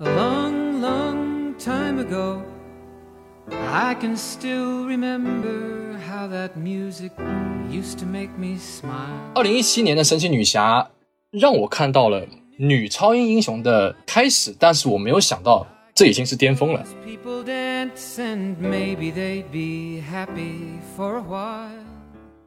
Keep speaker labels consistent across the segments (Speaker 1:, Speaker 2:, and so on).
Speaker 1: A long, long time ago, I can still remember how that music used to make me smile.
Speaker 2: 二零一七年的神奇女侠让我看到了女超英英雄的开始，但是我没有想到这已经是巅峰了。
Speaker 1: People dance and maybe they'd be happy for a while.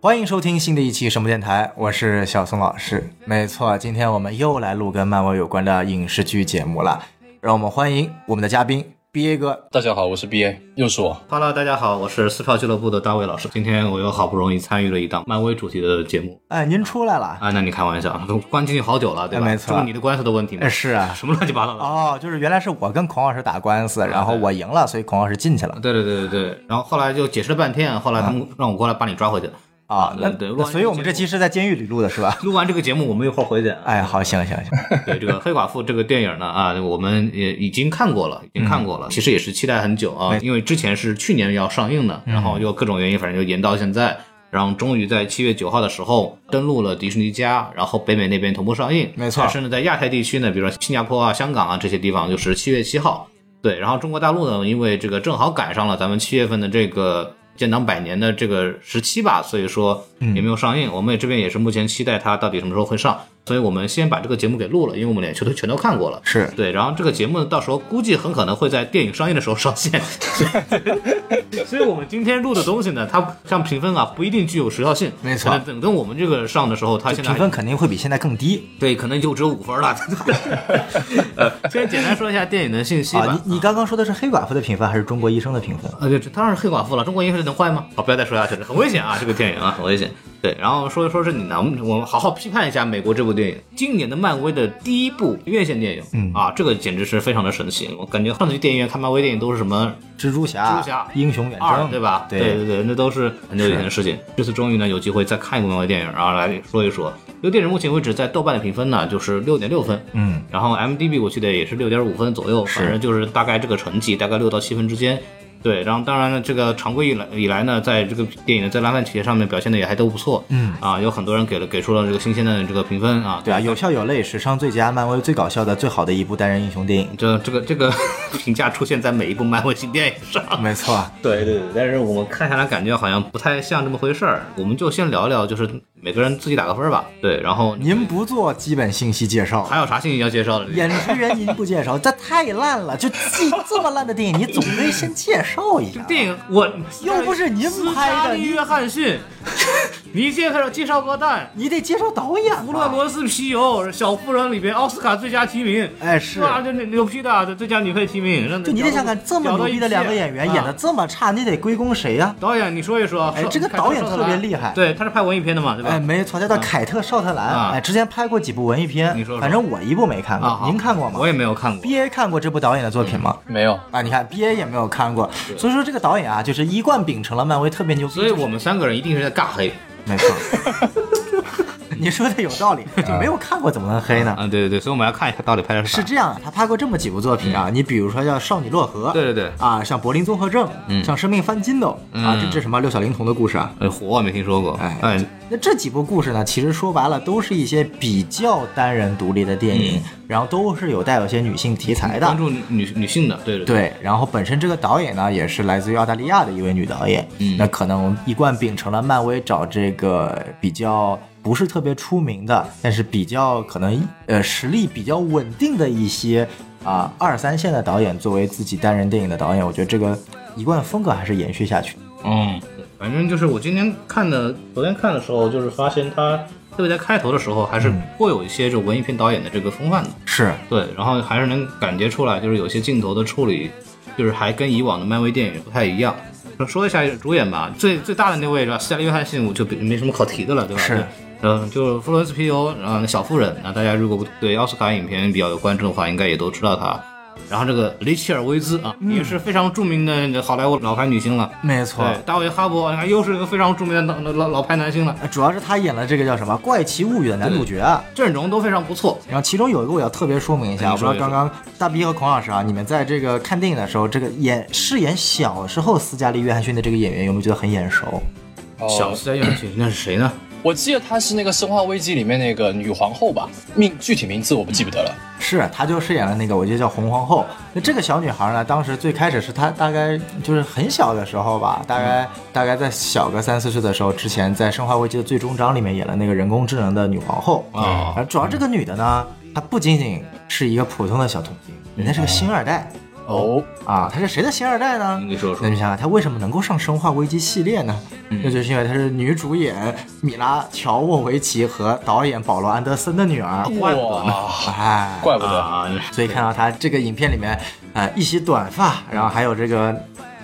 Speaker 3: 欢迎收听新的一期什么电台，我是小宋老师。没错，今天我们又来录跟漫威有关的影视剧节目了，让我们欢迎我们的嘉宾 B A 哥。
Speaker 2: 大家好，我是 B A，又是我。
Speaker 4: Hello，大家好，我是撕票俱乐部的大卫老师。今天我又好不容易参与了一档漫威主题的节目
Speaker 3: 哎，您出来了？
Speaker 4: 啊，那你开玩笑，都关进去好久了，对吧？
Speaker 3: 哎没错
Speaker 4: 这不你的官司的问题吗？
Speaker 3: 哎是啊
Speaker 4: 什么乱七八糟的？
Speaker 3: 哦，就是原来是我跟孔老师打官司，然后我赢了，所以孔老师进去了。
Speaker 4: 对对对对对。然后后来就解释了半天，后来他们让我过来把你抓回去。
Speaker 3: 啊，那
Speaker 4: 对对
Speaker 3: 那
Speaker 4: 录完
Speaker 3: 所以我们这
Speaker 4: 这个节
Speaker 3: 期是在监狱里录的是 吧？
Speaker 4: 录完这个节目，我们一会啊儿回去。
Speaker 3: 哎，好，行行行，
Speaker 4: 对这个《黑寡妇》这个电影呢，啊，我们也已经看过了，已
Speaker 3: 嗯
Speaker 4: 经看过了，其实也是期待很久
Speaker 3: 哎
Speaker 4: 啊，因为之前是去年要上映的，然
Speaker 3: 嗯
Speaker 4: 后又各种原因，反正就延到现在，然后终于在七月九号的时候登陆了迪士尼家，然后北美那边同步上映，
Speaker 3: 没错
Speaker 4: 但是呢，在亚太地区呢，比如说新加坡啊、香港啊这些地方，就是七月七号，对，然后中国大陆呢，因为这个正好赶上了咱们七月份的这个建党百年的这个时期吧，所以说
Speaker 3: 嗯
Speaker 4: 也没有上映。我们也这边也是目前期待它到底什么时候会上，所以我们先把这个节目给录了，因为我们连全都全都看过了。
Speaker 3: 是
Speaker 4: 对，然后这个节目到时候估计很可能会在电影上映的时候上线， 所以我们今天录的东西呢，它像评分啊不一定具有时效性，
Speaker 3: 没错
Speaker 4: 可能等等我们这个上的时候，它现在
Speaker 3: 评
Speaker 4: 还
Speaker 3: 分肯定会比现在更低
Speaker 4: 对可能就只有五分了。 呃，先简单说一下电影的信息吧。
Speaker 3: 啊。你你刚刚说的是黑寡妇的评分还是中国医生的评分？
Speaker 4: 啊，对，这当然是黑寡妇了。中国音乐能坏吗？啊好，不要再说下去了，很危险啊！这个电影啊，很危险。对，然后说一说是你呢，我们我们好好批判一下美国这部电影，今年的漫威的第一部院线电影，嗯啊，这个简直是非常的神奇。我感觉上次去电影院看漫威电影都是什么
Speaker 3: 蜘蛛侠、
Speaker 4: 蜘蛛侠
Speaker 3: 英雄远
Speaker 4: 二
Speaker 3: 征，，
Speaker 4: 对吧？
Speaker 3: 对
Speaker 4: 对对，那都是很久以前的事情。这次终于呢有机会再看一部漫威电影，然后来说一说。这个电影目前为止在豆瓣的评分呢就是六点六分，
Speaker 3: 嗯，
Speaker 4: 然后 M D B 我记得也是六点五分左右，反正就是大概这个成绩，大概六到七分之间。对，然后当然了，这个常规以来以来呢，在这个电影的在烂番茄上面表现的也还都不错，嗯啊，有很多人给了给出了这个新鲜的这个评分啊，
Speaker 3: 对啊，有笑有泪，史上最佳漫威最搞笑的最好的一部单人英雄电影。
Speaker 4: 这这个这个 评价出现在每一部漫威新电影上，
Speaker 3: 没错，
Speaker 4: 对对，对，但是我们看下来感觉好像不太像这么回事儿。我们就先聊聊，就是每个人自己打个分儿吧。对，然后
Speaker 3: 您不做基本信息介绍
Speaker 4: 还，有啥信息要介绍的？
Speaker 3: 演职员您不介绍，这太烂了！就这这么烂的电影，你总得先介绍一
Speaker 4: 这
Speaker 3: 下。
Speaker 4: 电影我
Speaker 3: 又不是您拍的
Speaker 4: 斯嘉丽约翰逊，你介绍介绍个蛋，
Speaker 3: 你得介绍导演
Speaker 4: 《弗洛
Speaker 3: 吧？
Speaker 4: 伦斯皮尤小妇人》里边奥斯卡最佳提名。
Speaker 3: 哎，是，
Speaker 4: 哇，这牛批的，这最佳女配提名，让
Speaker 3: 就你得想想，这么牛逼的两个演员演的
Speaker 4: 啊
Speaker 3: 这么差，你得归功谁呀？
Speaker 4: 导演，你说一说。
Speaker 3: 哎
Speaker 4: 说
Speaker 3: 这个
Speaker 4: 凯特
Speaker 3: 导演
Speaker 4: 绍特
Speaker 3: 特别
Speaker 4: 兰
Speaker 3: 厉害
Speaker 4: 对，他是拍文艺片的嘛，对吧？嗯
Speaker 3: 哎，没错，他叫凯特·绍特兰。
Speaker 4: 啊
Speaker 3: 哎，之前拍过几部文艺片
Speaker 4: 你说，说
Speaker 3: 反正我一部没看
Speaker 4: 啊，
Speaker 3: 过，
Speaker 4: 好
Speaker 3: 您看过吗
Speaker 4: 我也没有看过。
Speaker 3: ？B A 看过这部导演的作品吗？
Speaker 2: 没有，
Speaker 3: 啊，你看 B A 也没有看过，所以说这个导演啊，就是一贯秉承了漫威特别牛逼，
Speaker 4: 所以我们三个人一定是在尬黑
Speaker 3: 没错。 你说的有道理，就没有看过怎么能黑呢？
Speaker 4: 啊！对对对，所以我们要看一下到底拍的
Speaker 3: 是
Speaker 4: 啥。
Speaker 3: 这样啊，他拍过这么几部作品啊，你比如说叫《少女洛河》，
Speaker 4: 嗯对对对
Speaker 3: 啊，像《柏林综合症》，
Speaker 4: 嗯
Speaker 3: 像《生命翻筋斗》啊，这这什么六小龄童的故事啊。
Speaker 4: 呃，火我没听说过。
Speaker 3: 哎
Speaker 4: 哎，
Speaker 3: 那这几部故事呢，其实说白了都是一些比较单人独立的电影，然后都是有带有一些女性题材的
Speaker 4: 嗯关。注女女性的，对对
Speaker 3: 对，然后本身这个导演呢，也是来自于澳大利亚的一位女导演，嗯那可能一贯秉承了漫威找这个比较不是特别出名的，但是比较可能呃实力比较稳定的一些啊、二三线的导演作为自己单人电影的导演，我觉得这个一贯风格还是延续下去。
Speaker 4: 嗯，反正就是我今天看的，昨天看的时候，就是发现他特别在开头的时候，还
Speaker 3: 嗯
Speaker 4: 是颇有一些这文艺片导演的这个风范的。
Speaker 3: 是，
Speaker 4: 对，然后还是能感觉出来，就是有些镜头的处理，就是还跟以往的漫威电影不太一样。说一下主演吧，最最大的那位是吧？斯嘉丽·约翰逊，我就没什么可提的了，对吧？
Speaker 3: 是。
Speaker 4: 嗯，就是弗洛伦斯·皮尤，嗯，小妇人。那大家如果对奥斯卡影片比较有关注的话，应该也都知道她。然后这个雷切尔·威兹啊，也是非常著名的好莱坞老牌女星了。
Speaker 3: 没错
Speaker 4: 对，大卫·哈勃，你哎看又是一个非常著名的老老老老牌男星了，
Speaker 3: 呃主要是他演了这个叫什么《怪奇物语》的男主角啊。
Speaker 4: 阵容都非常不错。
Speaker 3: 然后其中有一个我要特别说明一下，
Speaker 4: 哎
Speaker 3: 我不
Speaker 4: 你
Speaker 3: 知道
Speaker 4: 说
Speaker 3: 刚刚大 B 和孔老师啊，你们在这个看电影的时候，这个演饰演小时候斯嘉丽·约翰逊的这个演员有没有觉得很眼熟？
Speaker 4: 小斯嘉丽·约翰逊那是谁呢？
Speaker 2: 我记得她是那个《生化危机》里面那个女皇后吧？命具体名字我不记不得了。
Speaker 3: 是，她就饰演了那个，我记得叫红皇后。那这个小女孩呢，当时最开始是她大概就是很小的时候吧，大概、大概在小个三四岁的时候，之前在《生化危机》的最终章里面演了那个人工智能的女皇后
Speaker 2: 哦
Speaker 3: 而主要这个女的呢，她不仅仅是一个普通的小童星，人家是个星二代
Speaker 4: 嗯
Speaker 2: 哦，
Speaker 3: 啊，她是谁的星二代呢？
Speaker 4: 你给说说
Speaker 3: 那你想想，她为什么能够上《生化危机》系列呢？
Speaker 2: 嗯
Speaker 3: 那就是因为她是女主演米拉乔沃维奇和导演保罗安德森的女儿。
Speaker 2: 哇，
Speaker 3: 哎，
Speaker 2: 怪不得，
Speaker 4: 啊，
Speaker 3: 所以看到她这个影片里面，呃，一袭短发，然后还有这个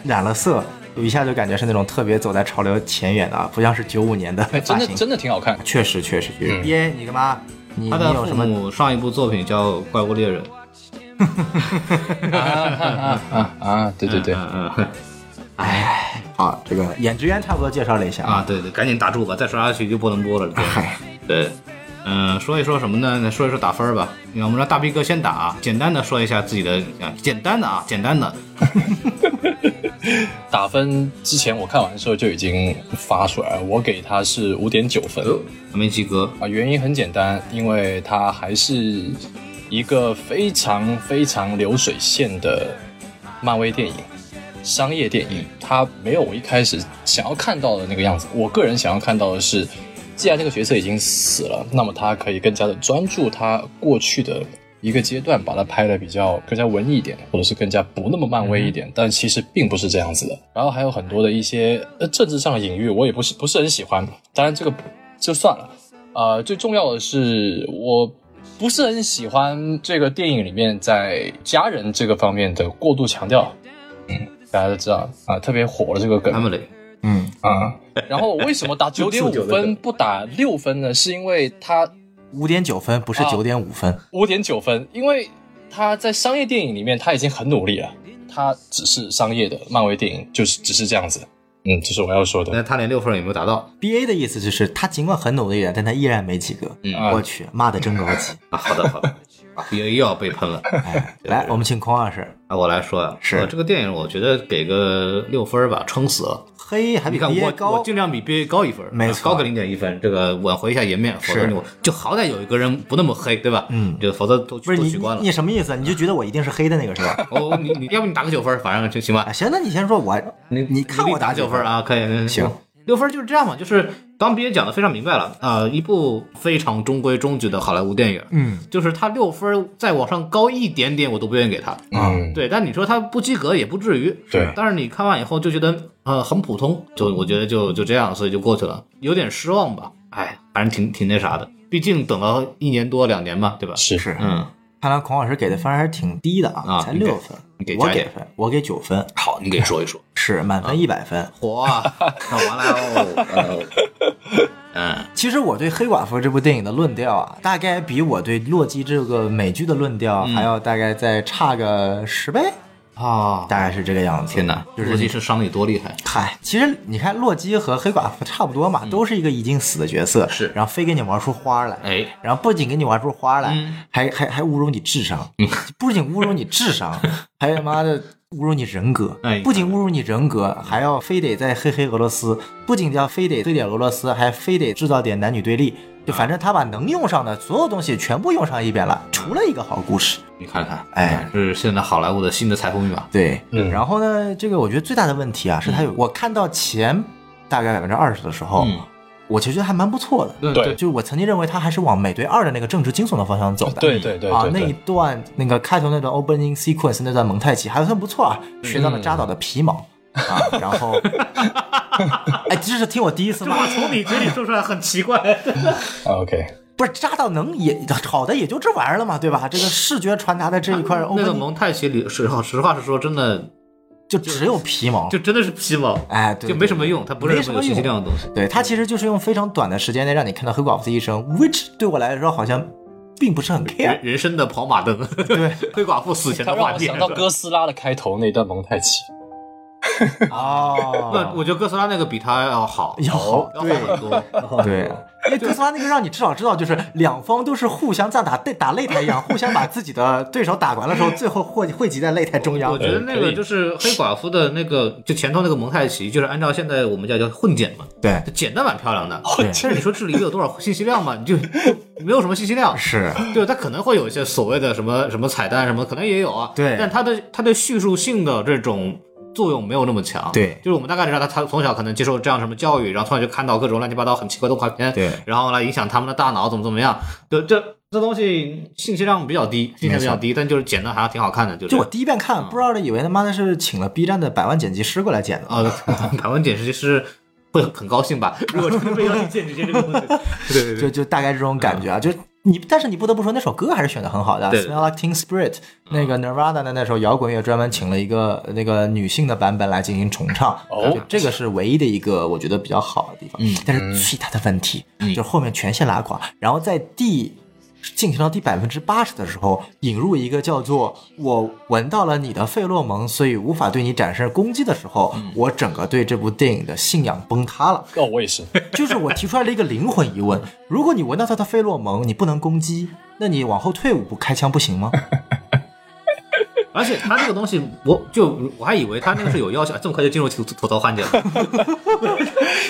Speaker 3: 染了色，一下就感觉是那种特别走在潮流前沿的，啊，不像是九五年的
Speaker 2: 哎，真
Speaker 3: 发
Speaker 2: 的
Speaker 3: 型。
Speaker 2: 真的挺好看。
Speaker 3: 确实，确实，确实。
Speaker 2: 嗯
Speaker 3: 爹、你干嘛？你
Speaker 4: 他
Speaker 3: 你
Speaker 4: 的
Speaker 3: 有
Speaker 4: 父
Speaker 3: 什么？
Speaker 4: 母上一部作品叫《怪物猎人》，
Speaker 2: 啊啊啊啊！对对对，
Speaker 4: 嗯嗯
Speaker 3: 哎，好，这个演职员差不多介绍了一下
Speaker 4: 啊，，对对，赶紧打住吧，再说下去就不能播了。
Speaker 3: 嗨，
Speaker 4: 对，对，嗯，说一说什么呢？说一说打分儿吧。那我们让大逼哥先打啊，简单的说一下自己的，啊简单的啊，简单的。
Speaker 2: 打分之前我看完的时候就已经发出来了，我给他是五点九分。
Speaker 3: 哦
Speaker 4: 还没及格，
Speaker 2: 啊，原因很简单，因为它还是一个非常非常流水线的漫威电影，商业电影，它没有我一开始想要看到的那个样子。我个人想要看到的是，既然这个角色已经死了，那么他可以更加的专注他过去的一个阶段，把它拍的比较更加文艺一点，或者是更加不那么漫威一点。但其实并不是这样子的。然后还有很多的一些呃政治上的隐喻，我也不是不是很喜欢。当然这个就算了。呃，最重要的是，我不是很喜欢这个电影里面在家人这个方面的过度强调。嗯，大家都知道啊、特别火的这个梗
Speaker 4: 他们嘞，
Speaker 3: 嗯，
Speaker 2: 啊、然后我为什么打九点五分不打六分呢？是因为它
Speaker 3: 五点九分不是
Speaker 2: 啊
Speaker 3: 九点五分。
Speaker 2: 五点九分，因为他在商业电影里面他已经很努力了，他只是商业的漫威电影，就是只是这样子。嗯，这是我要说的。
Speaker 4: 那他连六分儿也没有达到
Speaker 3: B A 的意思就是他尽管很努力啊了，但他依然没及格。
Speaker 4: 嗯
Speaker 2: 啊
Speaker 3: 我去，骂的真高 级。
Speaker 4: 啊。好的，好的，啊，又又要被 喷了。
Speaker 3: 哎，来，我们请孔老师。
Speaker 4: 啊，我来说呀，
Speaker 3: 是
Speaker 4: 呃这个电影，我觉得给个六分儿吧，撑死了。
Speaker 3: 嘿，还比
Speaker 4: 你看
Speaker 3: B A
Speaker 4: 我
Speaker 3: 高
Speaker 4: 我。尽量比 BA 高一分，啊
Speaker 3: 没错
Speaker 4: 高个零点一分，这个挽回一下颜面，否则
Speaker 3: 是
Speaker 4: 你我就好歹有一个人不那么黑，对吧？
Speaker 3: 嗯
Speaker 4: 就否则都
Speaker 3: 不是
Speaker 4: 都
Speaker 3: 你
Speaker 4: 取关了
Speaker 3: 你。你什么意思？你就觉得我一定是黑的那个是 吧？
Speaker 4: 哦，你你要不你打个九分，反正就行吧
Speaker 3: 啊，。行，那你先说我，
Speaker 4: 你
Speaker 3: 你看我
Speaker 4: 打
Speaker 3: 九
Speaker 4: 九分，啊，可以，可以
Speaker 3: 行，
Speaker 4: 六分就是这样嘛，就是刚毕业讲的非常明白了啊、一部非常中规中矩的好莱坞电影，
Speaker 3: 嗯，
Speaker 4: 就是他六分再往上高一点点，我都不愿意给他。
Speaker 3: 啊
Speaker 2: 嗯，
Speaker 4: 对，但你说他不及格也不至于，
Speaker 2: 对
Speaker 4: 但是你看完以后就觉得呃很普通，就我觉得就就这样，所以就过去了，有点失望吧。哎，反正挺挺那啥的，毕竟等了一年多两年嘛，对吧？
Speaker 2: 是
Speaker 3: 是，
Speaker 4: 嗯，
Speaker 3: 看来孔老师给的分还是挺低的啊，
Speaker 4: 啊
Speaker 3: 才
Speaker 4: 你给
Speaker 3: 六分
Speaker 4: 你给。
Speaker 3: 我
Speaker 4: 加一
Speaker 3: 给
Speaker 4: 点
Speaker 3: 分，我给九分，
Speaker 4: 好，你给说一说。
Speaker 3: 是满分一百分。
Speaker 4: 火啊，看完了哦， 嗯，
Speaker 3: 其实我对《黑寡妇》这部电影的论调啊，大概比我对《洛基》这个美剧的论调
Speaker 4: 嗯
Speaker 3: 还要大概再差个十倍，
Speaker 4: 啊，
Speaker 3: 大概是这个样子。
Speaker 4: 天哪，
Speaker 3: 就
Speaker 4: 逻
Speaker 3: 是
Speaker 4: 辑是伤得多厉害，
Speaker 3: 嗨，其实你看洛基和黑寡妇差不多嘛，都是一个已经死的角色，
Speaker 4: 嗯是
Speaker 3: 然后非给你玩出花来，
Speaker 4: 哎，
Speaker 3: 然后不仅给你玩出花来，
Speaker 4: 嗯
Speaker 3: 还还还侮辱你智商，不仅侮辱你智 商，还他妈的。侮辱你人格
Speaker 4: 哎，
Speaker 3: 不仅侮辱你人格，还要非得在黑黑俄罗斯，不仅要非得对点俄罗斯，还非得制造点男女对立，就反正他把能用上的所有东西全部用上一遍了，除了一个好故事。
Speaker 4: 你看看，
Speaker 3: 哎，
Speaker 4: 这是现在好莱坞的新的财富密码，
Speaker 3: 对，
Speaker 2: 嗯
Speaker 3: 然后呢，这个我觉得最大的问题啊，是它有、我看到前大概百分之二十的时候，
Speaker 4: 嗯
Speaker 3: 我其实觉得还蛮不错的。
Speaker 4: 对
Speaker 2: 对
Speaker 3: 就是我曾经认为它还是往美队二的那个政治惊悚的方向走的。
Speaker 2: 对对对
Speaker 3: 啊，
Speaker 2: 对
Speaker 3: 那一
Speaker 2: 对，
Speaker 3: 段那个开头那段 opening sequence 那段蒙太奇还算不错啊，
Speaker 4: 嗯
Speaker 3: 学到了扎导的皮毛、啊，然 后，哎，这是听我第一次骂，
Speaker 4: 从你嘴里说出来很奇怪，
Speaker 2: 啊 OK，
Speaker 3: 不是扎导能也好的也就这玩意儿了嘛，对吧？这个视觉传达的这一块 opening、
Speaker 4: 那个蒙太奇里，实话实话实说，真的
Speaker 3: 就只有皮毛，
Speaker 4: 就真的是皮毛，
Speaker 3: 哎，对
Speaker 4: 就没什么用，它不是
Speaker 3: 没
Speaker 4: 什
Speaker 3: 什
Speaker 4: 么有
Speaker 3: 么
Speaker 4: 信息
Speaker 3: 用
Speaker 4: 量的东西。
Speaker 3: 对它其实就是用非常短的时间内让你看到黑寡妇的一生，which 对我来说好像并不是很 care
Speaker 4: 人。人生的跑马灯，对， 黑寡妇死前
Speaker 2: 他
Speaker 4: 的
Speaker 2: 让
Speaker 4: 画
Speaker 2: 我
Speaker 4: 面
Speaker 2: 想。到哥斯拉的开头那段蒙太奇。
Speaker 4: 那
Speaker 3: 哦，
Speaker 4: 我觉得哥斯拉那个比他要好，
Speaker 3: 要好
Speaker 4: 要好很多。
Speaker 3: 对，因为哥斯拉那个让你至少知道，就是两方都是互相像打擂打擂台一样，互相把自己的对手打完了之后，最后汇汇集在擂台中央
Speaker 4: 我。觉得那
Speaker 2: 可
Speaker 4: 个
Speaker 2: 以
Speaker 4: 就是黑寡妇的那个，就前头那个蒙太奇，就是按照现在我们叫叫混剪嘛，
Speaker 3: 对，
Speaker 4: 就剪的蛮漂亮的。
Speaker 3: 对
Speaker 4: 但是你说这里面有多少信息量嘛？你就没有什么信息量。
Speaker 3: 是，
Speaker 4: 对，它可能会有一些所谓的什么什么彩蛋什么，可能也有啊。
Speaker 3: 对
Speaker 4: 但它的它的叙述性的这种作用没有那么强。
Speaker 3: 对
Speaker 4: 就是我们大概知道他他从小可能接受这样什么教育，然后从小就看到各种乱七八糟很奇怪的动画片，
Speaker 3: 对
Speaker 4: 然后来影响他们的大脑怎么怎么样。对，这这东西信息量比较低，信息量比较低，但就是剪的还挺好看的，就是
Speaker 3: 就我第一遍看，不知道的以为他妈的是请了 B 站的百万剪辑师过来剪的。
Speaker 4: 啊，百万剪辑师会很高兴吧？ 如果真的被邀请剪辑这 个东西，对对
Speaker 3: 就
Speaker 4: 对，
Speaker 3: 就大概这种感觉啊，就是你，但是你不得不说那首歌还是选的很好的啊
Speaker 4: 对嗯
Speaker 3: ，Smell Like Teen Spirit，那个 Nirvana 的那首摇滚乐专门请了一个那个女性的版本来进行重唱，
Speaker 2: 哦
Speaker 3: 这个是唯一的一个我觉得比较好的地方。嗯，但是最大的问题
Speaker 4: 嗯
Speaker 3: 就是后面全线拉垮，然后在第。进行到第百分之八十的时候，引入一个叫做“我闻到了你的费洛蒙，所以无法对你展示攻击”的时候，
Speaker 4: 嗯
Speaker 3: 我整个对这部电影的信仰崩塌了。
Speaker 2: 哦，我也是，
Speaker 3: 就是我提出来了一个灵魂疑问：如果你闻到它的费洛蒙，你不能攻击，那你往后退五步开枪不行吗？
Speaker 4: 而且他这个东西，我就我还以为他那个是有要求，这么快就进入吐吐槽环节了，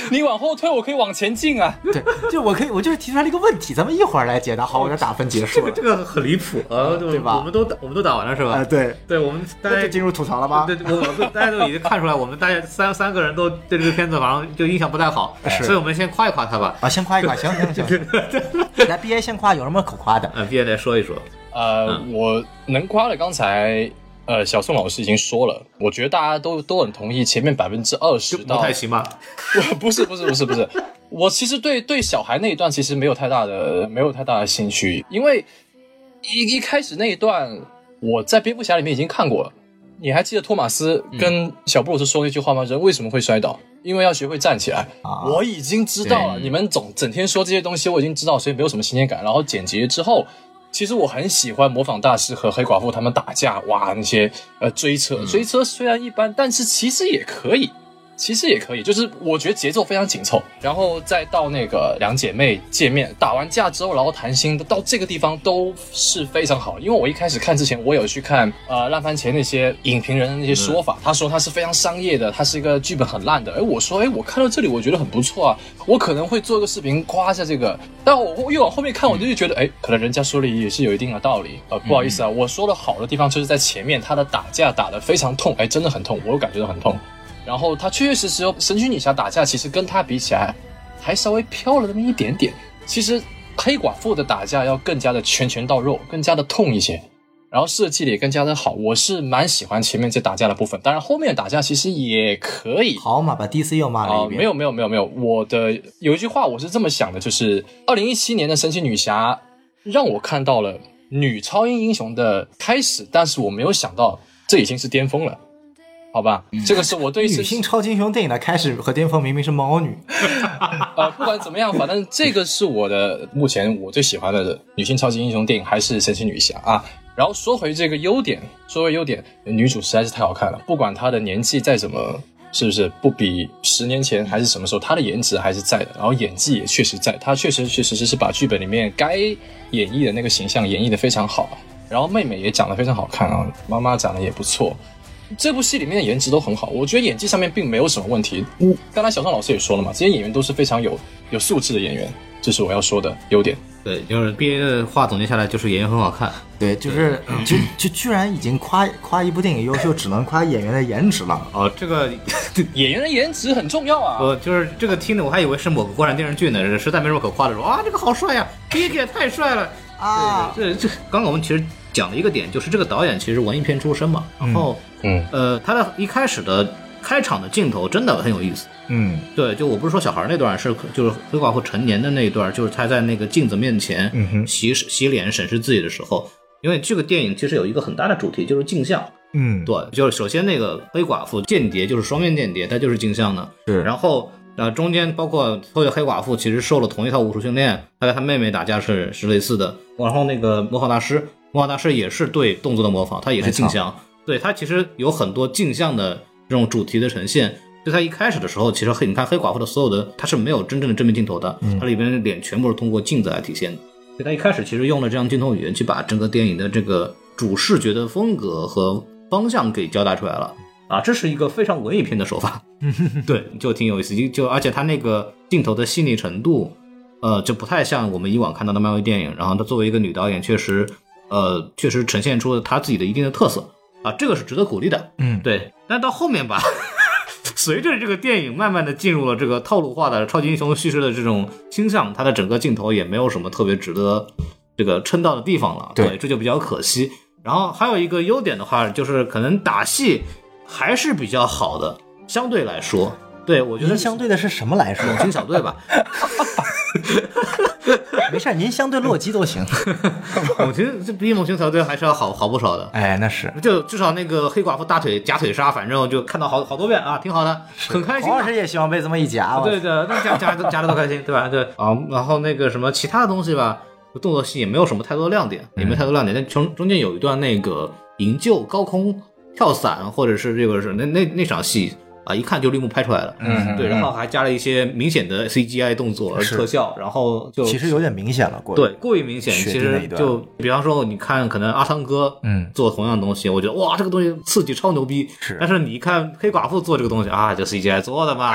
Speaker 2: 你往后退，我可以往前进啊。
Speaker 3: 对，就我可以，我就是提出来了一个问题，咱们一会儿来解答。好，我这打分结束 了。
Speaker 4: 这个很离谱啊，对
Speaker 3: 吧
Speaker 4: 我们都打我们都打完了是吧？
Speaker 3: 呃，对，
Speaker 4: 啊对，我们大
Speaker 3: 那
Speaker 4: 家
Speaker 3: 就进入吐槽了吧
Speaker 4: 对，？对我们大家都已经看出来，我们大家三三个人都对这个片子好像就印象不太好，
Speaker 3: 哎是
Speaker 4: 所以我们先夸一夸他吧。
Speaker 3: 啊，先夸一夸，行行行，来 B A 先夸，有什么可夸的？
Speaker 4: 嗯，毕业来说一说，
Speaker 2: 呃，我能夸的刚才呃小宋老师已经说了，我觉得大家都都很同意前面百分之二十
Speaker 4: 就
Speaker 2: 到
Speaker 4: 蒙太奇嘛，
Speaker 2: 我 不是不是不是不是，我其实对对小孩那一段其实没有太大的没有太大的兴趣，因为一一开始那一段我在蝙蝠侠里面已经看过了。你还记得托马斯跟小布鲁斯说那句话吗？人为什么会摔倒？因为要学会站起来。
Speaker 3: 啊
Speaker 2: 我已经知道了，
Speaker 4: 对
Speaker 2: 你们总整天说这些东西，我已经知道，所以没有什么新鲜感。然后剪辑之后，其实我很喜欢模仿大师和黑寡妇他们打架，哇，那些呃追车，追车虽然一般，但是其实也可以。其实也可以，就是我觉得节奏非常紧凑，然后再到那个两姐妹见面打完架之后，然后谈心，到这个地方都是非常好。因为我一开始看之前，我有去看呃烂番茄那些影评人的那些说法，他说他是非常商业的，他是一个剧本很烂的。哎，我说哎，我看到这里我觉得很不错啊，我可能会做个视频夸一下这个，但我越往后面看，我就越觉得哎，可能人家说的也是有一定的道理。呃，不好意思啊，我说的好的地方就是在前面他的打架打得非常痛，哎，真的很痛，我有感觉到很痛。然后他确确实实神奇女侠打架，其实跟他比起来，还稍微飘了那么一点点。其实黑寡妇的打架要更加的拳拳到肉，更加的痛一些，然后设计的也更加的好。我是蛮喜欢前面这打架的部分，当然后面打架其实也可以。
Speaker 3: 好嘛，把 D C 又骂了
Speaker 2: 啊、
Speaker 3: 一遍。
Speaker 2: 没有没有没有没有，我的有一句话我是这么想的，就是二零一七年的神奇女侠让我看到了女超英英雄的开始，但是我没有想到这已经是巅峰了，好吧？这个是我对
Speaker 3: 女
Speaker 2: 神奇
Speaker 3: 性超级英雄电影的开始和巅峰明明是猫女，
Speaker 2: 呃，不管怎么样，反正这个是我的目前我最喜欢的女性超级英雄电影，还是神奇女侠啊。然后说回这个优点，说回优点，女主实在是太好看了，不管她的年纪再怎么，是不是不比十年前还是什么时候，她的颜值还是在的，然后演技也确实在，她确实确实是把剧本里面该演绎的那个形象演绎的非常好。然后妹妹也长得非常好看啊，妈妈长得也不错，这部戏里面的颜值都很好，我觉得演技上面并没有什么问题。嗯，刚才小尚老师也说了嘛，这些演员都是非常有有素质的演员，这是我要说的优点。
Speaker 4: 对，就是毕业的话总结下来就是演员很好看，
Speaker 3: 对，就是就就居然已经夸夸一部电影优秀，只能夸演员的颜值了。
Speaker 4: 哦，这个
Speaker 2: 演员的颜值很重要啊！
Speaker 4: 我就是这个听的，我还以为是某个国产电视剧呢，实在没什么可夸的，说啊这个好帅呀，毕业也太帅了
Speaker 3: 啊
Speaker 4: 对，这这刚刚我们其实讲了一个点，就是这个导演其实文艺片出身嘛，然后、
Speaker 2: 嗯，
Speaker 4: 呃他的一开始的开场的镜头真的很有意思。
Speaker 3: 嗯，
Speaker 4: 对，就我不是说小孩那段，是就是黑寡妇成年的那一段，就是他在那个镜子面前
Speaker 3: 哼
Speaker 4: 洗洗脸审视自己的时候，因为这个电影其实有一个很大的主题就是镜像。
Speaker 3: 嗯，
Speaker 4: 对，就是首先那个黑寡妇间谍就是双面间谍，她就是镜像的。
Speaker 3: 是
Speaker 4: 然后呃中间包括所有的黑寡妇其实受了同一套武术训练，她跟她妹妹打架是是类似的。然后那个魔法大师，魔法大师也是对动作的模仿，他也是镜像。对他其实有很多镜像的这种主题的呈现，就他一开始的时候，其实黑你看黑寡妇的所有的，它是没有真正的正面镜头的，它里边的脸全部是通过镜子来体现的。所以他一开始其实用了这样镜头语言去把整个电影的这个主视觉的风格和方向给交代出来了啊，这是一个非常文艺片的手法，对，就挺有意思，就就而且他那个镜头的细腻程度，呃，就不太像我们以往看到的漫威电影。然后她作为一个女导演，确实，呃，确实呈现出了她自己的一定的特色啊，这个是值得鼓励的。
Speaker 3: 嗯
Speaker 4: 对。但到后面吧， 随着这个电影慢慢的进入了这个套路化的超级英雄叙事的这种倾向，它的整个镜头也没有什么特别值得这个称道的地方了。
Speaker 3: 对
Speaker 4: 这就比较可惜。然后还有一个优点的话，就是可能打戏还是比较好的，相对来说，对我觉得
Speaker 3: 您相对的是什么 来说？
Speaker 4: 猛禽小 队吧，
Speaker 3: 没事儿，您相对洛基都 行。
Speaker 4: 猛禽这比猛禽小队还是要好好不少的。
Speaker 3: 哎，那是
Speaker 4: 就至少那个黑寡妇大腿夹腿杀，反正我就看到好好多遍啊，挺好的，很开心
Speaker 3: 黄
Speaker 4: 啊、
Speaker 3: 老师也希望被这么一夹。啊我
Speaker 4: 对对，那夹夹夹的多开心，对吧？对啊，然后那个什么其他的东西吧，动作戏也没有什么太多亮点，也没有太多亮点。但中中间有一段那个营救高空跳伞，或者是这个是那那那场戏啊，一看就绿幕拍出来了。
Speaker 2: 嗯
Speaker 4: 对，然后还加了一些明显的 CGI 动作
Speaker 3: 是
Speaker 4: 特效，然后就
Speaker 3: 其实有点明显了，过于
Speaker 4: 对，过于明显。
Speaker 3: 雪
Speaker 4: 其
Speaker 3: 地那
Speaker 4: 实
Speaker 3: 一段
Speaker 4: 就比方说，你看可能阿汤哥，
Speaker 3: 嗯
Speaker 4: 做同样的东西，我觉得哇，这个东西刺激超牛逼。
Speaker 3: 是
Speaker 4: 但是你一看黑寡妇做这个东西啊，就 CGI 做 的嘛，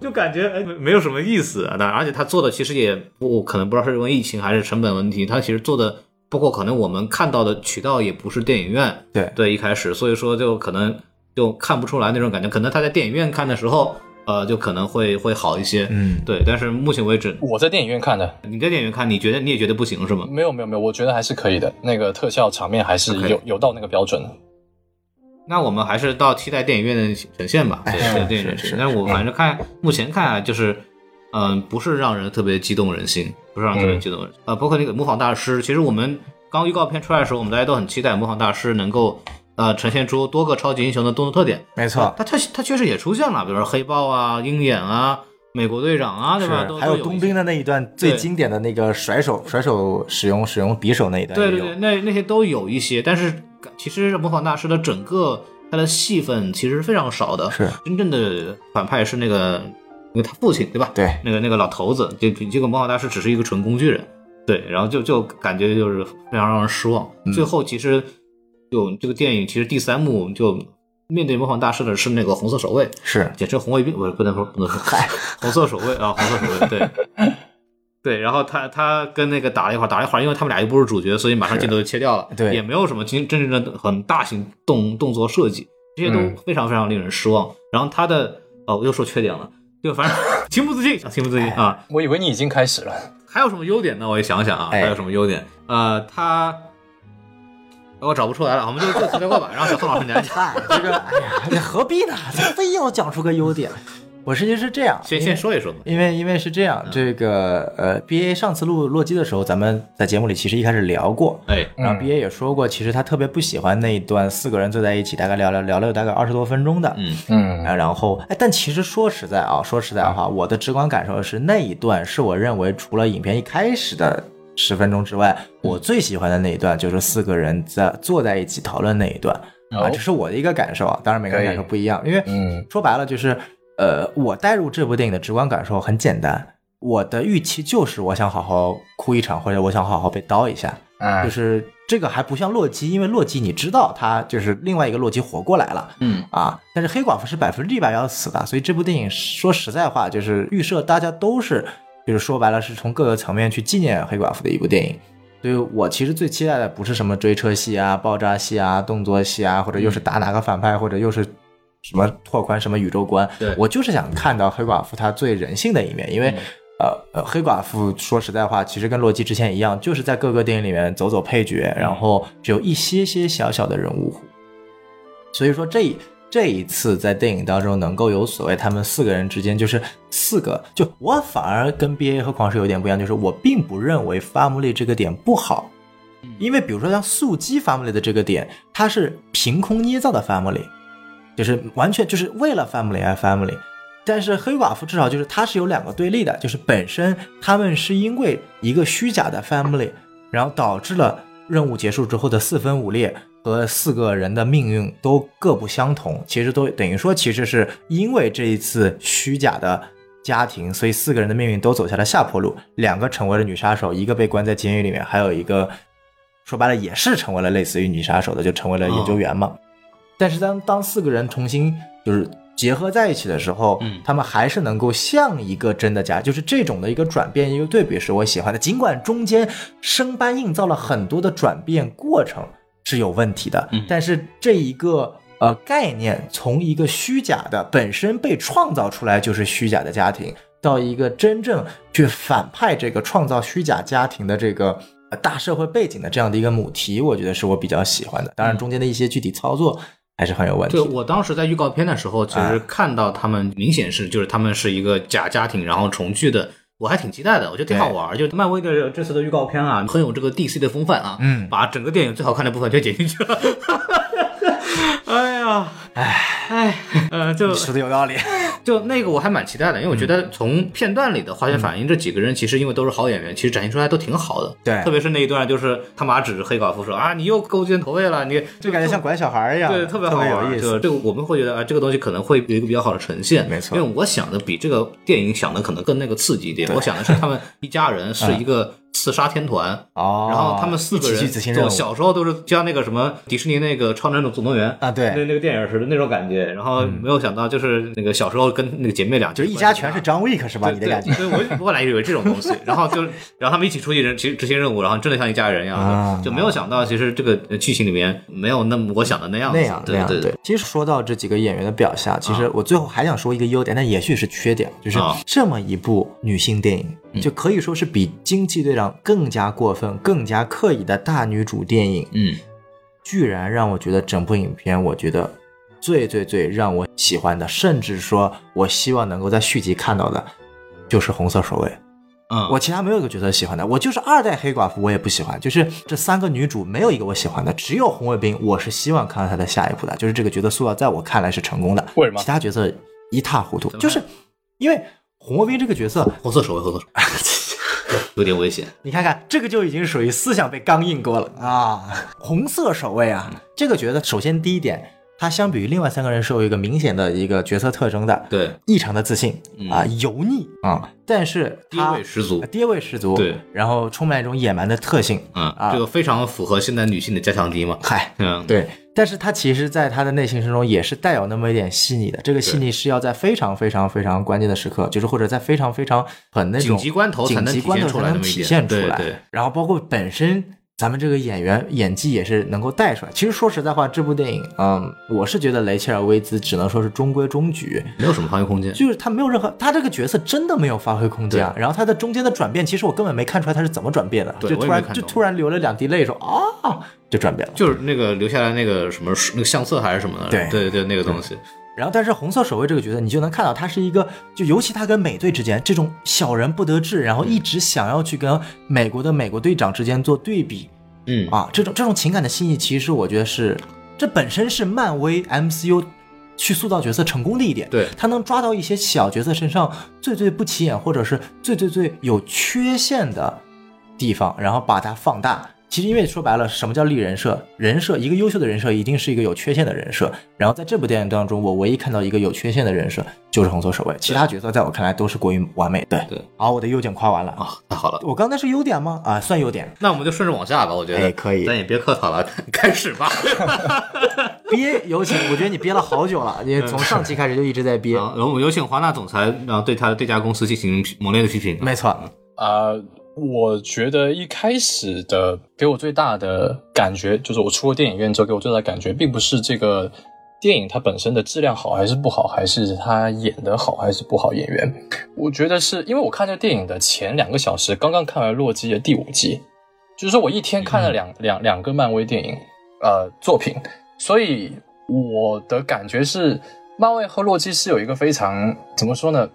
Speaker 4: 就感觉哎没有什么意思。啊那而且他做的其实也不可能不知道是因为疫情还是成本问题，他其实做的包括可能我们看到的渠道也不是电影院，
Speaker 3: 对
Speaker 4: 对，一开始，所以说就可能就看不出来那种感觉，可能他在电影院看的时候，呃，就可能会会好一些，
Speaker 3: 嗯
Speaker 4: 对。但是目前为止，
Speaker 2: 我在电影院看的，
Speaker 4: 你在电影院看，你觉得你也觉得不行是吗？
Speaker 2: 没有没有没有，我觉得还是可以的，那个特效场面还是
Speaker 4: OK
Speaker 2: 有有到那个标准的。
Speaker 4: 那我们还是到期待电影院的呈现吧，对，对电影院呈现。但哎是我反正看目前看啊，就是，嗯，不是让人特别激动人心，不是让人特别激动人心。呃，包括那个《模仿大师》，其实我们刚预告片出来的时候，我们大家都很期待《模仿大师》能够呃呈现出多个超级英雄的动作特点。
Speaker 3: 没错
Speaker 4: 它它它确实也出现了，比如说黑豹啊、鹰眼啊、美国队长啊，对吧？都
Speaker 3: 还有
Speaker 4: 都
Speaker 3: 冬
Speaker 4: 一些
Speaker 3: 兵的那一段最
Speaker 4: 对
Speaker 3: 经典的那个甩手甩手使用使用匕首那一段也
Speaker 4: 对
Speaker 3: 有，
Speaker 4: 对对，那那些都有一些，但是其实模仿大师的整个他的戏份其实是非常少的，
Speaker 3: 是
Speaker 4: 真正的反派是那个那个他父亲对吧？
Speaker 3: 对
Speaker 4: 那个那个老头子，这这个模仿大师只是一个纯工具人，对，然后就就感觉就是非常让人失望。
Speaker 3: 嗯
Speaker 4: 最后其实就这个电影其实第三幕就面对模仿大师的是那个红色守卫，
Speaker 3: 是
Speaker 4: 简称红卫兵，不是不能说不能说， 红色守卫啊，红色守卫，对 对。然后他他跟那个打了一会儿，打了一会儿，因为他们俩又不是主角，所以马上镜头就切掉了，
Speaker 3: 对
Speaker 4: 也没有什么真真正的很大型动动作设计，这些都
Speaker 2: 嗯
Speaker 4: 非常非常令人失望。然后他的哦，我又说缺点了，就反正 情不自禁，情不自禁
Speaker 3: 哎
Speaker 4: 啊。
Speaker 2: 我以为你已经开始了，
Speaker 4: 还有什么优点呢？我也想想啊，
Speaker 3: 哎
Speaker 4: 还有什么优点？呃，他。我找不出来了，我们就就随便过吧。然后小宋老师你来讲，
Speaker 3: 嗨，这个，哎呀，你何必呢？ 非要讲出个优点？我实际是这样，
Speaker 4: 先先说一嗯说吧。
Speaker 3: 因为因为是这样，这个呃，B A 上次录洛基的时候，咱们在节目里其实一开始聊过，
Speaker 4: 哎，
Speaker 3: 然
Speaker 2: 嗯
Speaker 3: 后 B A 也说过，其实他特别不喜欢那一段四个人坐在一起，大概聊聊聊了有大概二十多分钟的，
Speaker 4: 嗯
Speaker 2: 嗯，
Speaker 3: 啊，然后哎，但其实说实在啊，说实在话，我的直观感受是那一段是我认为除了影片一开始的十分钟之外，
Speaker 2: 嗯
Speaker 3: 我最喜欢的那一段就是四个人在坐在一起讨论那一段啊，
Speaker 2: 哦
Speaker 3: 这是我的一个感受啊，当然每个人
Speaker 2: 可以
Speaker 3: 感受不一样，因为
Speaker 2: 嗯
Speaker 3: 说白了就是呃，我带入这部电影的直观感受很简单，我的预期就是我想好好哭一场，或者我想好好被刀一下，
Speaker 2: 啊
Speaker 3: 就，是这个还不像洛基，因为洛基你知道他就是另外一个洛基活过来了。
Speaker 4: 嗯，
Speaker 3: 啊，但是黑寡妇是百分之一百要死的，所以这部电影说实在话，就是预设大家都是，就是说白了是从各个层面去纪念黑寡妇的一部电影。所以我其实最期待的不是什么追车戏啊、爆炸戏啊、动作戏啊，或者又是打哪个反派，或者又是什么拓宽什么宇宙观
Speaker 4: 对。
Speaker 3: 我就是想看到黑寡妇她最人性的一面，因为、呃呃，黑寡妇说实在话，其实跟洛基之前一样，就是在各个电影里面走走配角，然后只有一些些小小的人物弧所以说这一这一次在电影当中能够有所谓他们四个人之间就是四个，就我反而跟 B A 和狂狮有点不一样，就是我并不认为 Family 这个点不好，因为比如说像速激 Family 的这个点，它是凭空捏造的 Family，就是完全就是为了 Family 而 Family。但是黑寡妇至少就是它是有两个对立的，就是本身他们是因为一个虚假的 Family，然后导致了任务结束之后的四分五裂和四个人的命运都各不相同，其实都等于说，其实是因为这一次虚假的家庭，所以四个人的命运都走下了下坡路，两个成为了女杀手，一个被关在监狱里面，还有一个说白了也是成为了类似于女杀手的，就成为了研究员嘛。但是当当四个人重新就是结合在一起的时候，
Speaker 4: 嗯
Speaker 3: 他们还是能够像一个真的家，就是这种的一个转变，一个对比是我喜欢的。尽管中间生搬硬造了很多的转变过程是有问题的，
Speaker 4: 嗯
Speaker 3: 但是这一个呃概念从一个虚假的本身被创造出来就是虚假的家庭，到一个真正去反派这个创造虚假家庭的这个呃大社会背景的这样的一个母题，我觉得是我比较喜欢的。当然，中间的一些具体操作还是很有问题
Speaker 4: 嗯对，
Speaker 3: 的。
Speaker 4: 我当时在预告片的时候，
Speaker 3: 哎
Speaker 4: 其实看到他们明显是就是他们是一个假家庭，然后重聚的，我还挺期待的，我觉得挺好玩儿。就漫威的这次的预告片啊，很有这个 DC 的风范啊，
Speaker 3: 嗯
Speaker 4: 把整个电影最好看的部分全剪进去 了。哎呀，哎哎，呃，就
Speaker 3: 你嗯说的有道理，
Speaker 4: 就那个我还蛮期待的，因为我觉得从片段里的化学
Speaker 3: 嗯
Speaker 4: 反应，这几个人其实因为都是好演员，其实展现出来都挺好的。
Speaker 3: 对
Speaker 4: 特别是那一段就是他妈指着黑寡妇说啊，你又勾肩投喂了，你
Speaker 3: 就感觉像管小孩儿一样，
Speaker 4: 对，
Speaker 3: 特
Speaker 4: 特别好玩儿。
Speaker 3: 有意
Speaker 4: 就是
Speaker 3: 思。
Speaker 4: 这个我们会觉得啊，这个东西可能会有一个比较好的呈现。
Speaker 3: 没错
Speaker 4: 因为我想的比这个电影想的可能更那个刺激一点。我想的是他们一家人是一个刺杀天团。
Speaker 3: 嗯哦，
Speaker 4: 然后他们四个
Speaker 3: 一起
Speaker 4: 人
Speaker 3: 去执行任
Speaker 4: 就
Speaker 3: 务
Speaker 4: 小时候都是像那个什么迪士尼那个《超能总动员》
Speaker 3: 啊对
Speaker 4: 那那个电影似的那种感觉。然后没有想到就是那个小时候跟那个姐妹俩
Speaker 3: 嗯就是一家全是张 Wick 是吧？
Speaker 4: 对
Speaker 3: 你的
Speaker 4: 对
Speaker 3: 感觉
Speaker 4: 对，我我本来以为这种 东西，然后就然后他们一起出去人执执行任务，然后真的像一家人一样
Speaker 3: 啊
Speaker 4: 的，就没有想到其实这个呃剧情里面没有那么我想的那样子
Speaker 3: 那样那
Speaker 4: 对
Speaker 3: 样
Speaker 4: 对。
Speaker 3: 其实说到这几个演员的表现，其实我最后还想说一个优点，但也许是缺点，就是
Speaker 4: 啊嗯
Speaker 3: 这么一部女性电影，就可以说是比《惊奇队长》更加过分、更加刻意的大女主电影，
Speaker 4: 嗯，
Speaker 3: 居然让我觉得整部影片，我觉得最最最让我喜欢的，甚至说我希望能够在续集看到的，就是红色守卫。
Speaker 4: 嗯，
Speaker 3: 我其他没有一个角色喜欢的，我就是二代黑寡妇，我也不喜欢。就是这三个女主没有一个我喜欢的，只有红卫兵，我是希望看到她的下一步的。就是这个角色塑造在我看来是成功的，
Speaker 2: 为什么
Speaker 3: 其他角色一塌糊涂。
Speaker 4: 么
Speaker 3: 就是因为红卫兵这个角色，
Speaker 4: 红色守卫，红色守卫 有点危险。
Speaker 3: 你看看，这个就已经属于思想被刚硬过了
Speaker 2: 嗯
Speaker 3: 啊！红色守卫啊，这个角色首先第一点，他相比于另外三个人是有一个明显的一个角色特征的，
Speaker 4: 对，
Speaker 3: 异常的自信
Speaker 2: 嗯
Speaker 3: 啊、油腻啊、但是
Speaker 4: 地
Speaker 3: 他
Speaker 4: 位十足
Speaker 3: 呃。爹味十足，
Speaker 4: 对，
Speaker 3: 然后充满一种野蛮的特性，
Speaker 4: 嗯
Speaker 3: 啊，
Speaker 4: 这个非常符合现代女性的加强敌嘛。
Speaker 3: 嗨，
Speaker 4: 嗯，
Speaker 3: 对。但是他其实，在他的内心深中也是带有那么一点细腻的，这个细腻是要在非常非常非常关键的时刻，就是或者在非常非常很那种
Speaker 4: 紧急关头才能
Speaker 3: 紧急关头
Speaker 4: 体现
Speaker 3: 才
Speaker 4: 出来那
Speaker 3: 能
Speaker 4: 么一
Speaker 3: 体
Speaker 4: 点
Speaker 3: 现出
Speaker 4: 对
Speaker 3: 来，
Speaker 4: 对
Speaker 3: 然后包括本身咱们这个演员演技也是能够带出来。其实说实在话，这部电影，嗯，我是觉得雷切尔·威兹只能说是中规中矩，
Speaker 4: 没有什么发挥空间。
Speaker 3: 就是他没有任何，他这个角色真的没有发挥空间啊。然后他的中间的转变，其实我根本没看出来他是怎么转变的，
Speaker 4: 对
Speaker 3: 就
Speaker 4: 我
Speaker 3: 突
Speaker 4: 也没
Speaker 3: 然
Speaker 4: 看
Speaker 3: 就
Speaker 4: 懂
Speaker 3: 突然流了两滴泪说啊，就转变了。
Speaker 4: 就是那个留下来那个什么那个相册还是什么的，
Speaker 3: 对
Speaker 4: 对对，那个东西，
Speaker 3: 然后，但是红色守卫这个角色，你就能看到他是一个，就尤其他跟美队之间这种小人不得志，然后一
Speaker 4: 嗯
Speaker 3: 直想要去跟美国的美国队长之间做对比
Speaker 4: 嗯，
Speaker 3: 啊，这种这种情感的细腻，其实我觉得是这本身是漫威 MCU 去塑造角色成功的一点。
Speaker 4: 对
Speaker 3: 他能抓到一些小角色身上最最不起眼或者是最最最有缺陷的地方，然后把它放大。其实，因为说白了，什么叫立人设？人设，一个优秀的人设一定是一个有缺陷的人设。然后在这部电影当中，我唯一看到一个有缺陷的人设就是红色守卫，其他角色在我看来都是过于完美。对
Speaker 4: 对，
Speaker 3: 好，我的优点夸完了啊，
Speaker 4: 啊，太好了。
Speaker 3: 我刚才是优点吗？啊，算优点。
Speaker 4: 那我们就顺着往下吧，我觉得
Speaker 3: 哎可以
Speaker 4: 咱也别客套了， 开 始吧。
Speaker 3: 憋，尤其我觉得你憋了好久了，你从上期开始就一直在憋。
Speaker 4: 啊，然后我们有请华纳总裁，然后对他对这家公司进行批猛烈的批评。
Speaker 3: 没错，
Speaker 2: 啊、我觉得一开始的给我最大的感觉，就是我出了电影院之后给我最大的感觉，并不是这个电影它本身的质量好还是不好，还是它演的好还是不好，演员，我觉得是因为我看这个电影的前两个小时，刚刚看完《洛基》的第五集，就是说我一天看了两、两两个漫威电影，呃，作品，所以我的感觉是，漫威和洛基是有一个非常怎么说呢？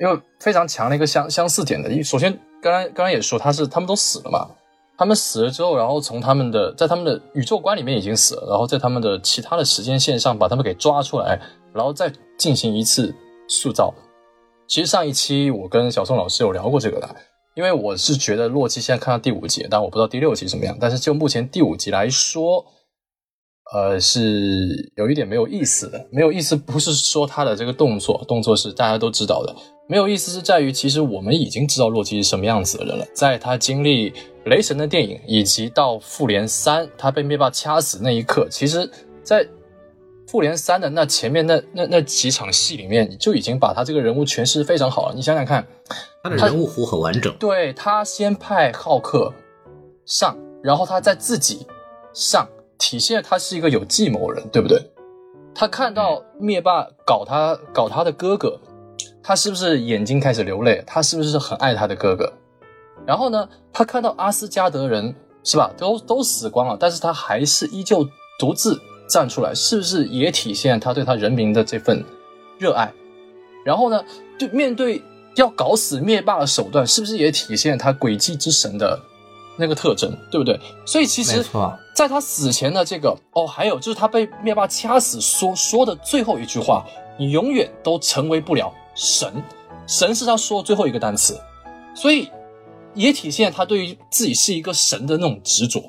Speaker 2: 因为非常强的一个相相似点的。因为首先，刚刚刚刚也说他是他们都死了嘛，他们死了之后，然后从他们的在他们的宇宙观里面已经死了，然后在他们的其他的时间线上把他们给抓出来，然后再进行一次塑造。其实上一期我跟小宋老师有聊过这个的，因为我是觉得洛基现在看到第五集，但我不知道第六集怎么样。但是就目前第五集来说，呃，是有一点没有意思的。没有意思不是说他的这个动作，动作是大家都知道的。没有意思是在于，其实我们已经知道洛基是什么样子的人了。在他经历雷神的电影，以及到复联三他被灭霸掐死那一刻，其实，在复联三的那前面那那那几场戏里面，就已经把他这个人物诠释非常好了。你想想看。
Speaker 4: 他的人物弧很完整，
Speaker 2: 对他先派浩克上，然后他再自己上，体现他是一个有计谋人，对不对？他看到灭霸搞他搞他的哥哥，他是不是眼睛开始流泪？他是不是很爱他的哥哥？然后呢，他看到阿斯加德人是吧，都都死光了，但是他还是依旧独自站出来，是不是也体现他对他人民的这份热爱？然后呢，就面对要搞死灭霸的手段，是不是也体现他诡计之神的那个特征，对不对？所以其
Speaker 3: 没
Speaker 2: 实
Speaker 3: 错，
Speaker 2: 在他死前的这个哦，还有就是他被灭霸掐死说说的最后一句话，你永远都成为不了神，神是他说的最后一个单词，所以也体现他对于自己是一个神的那种执着。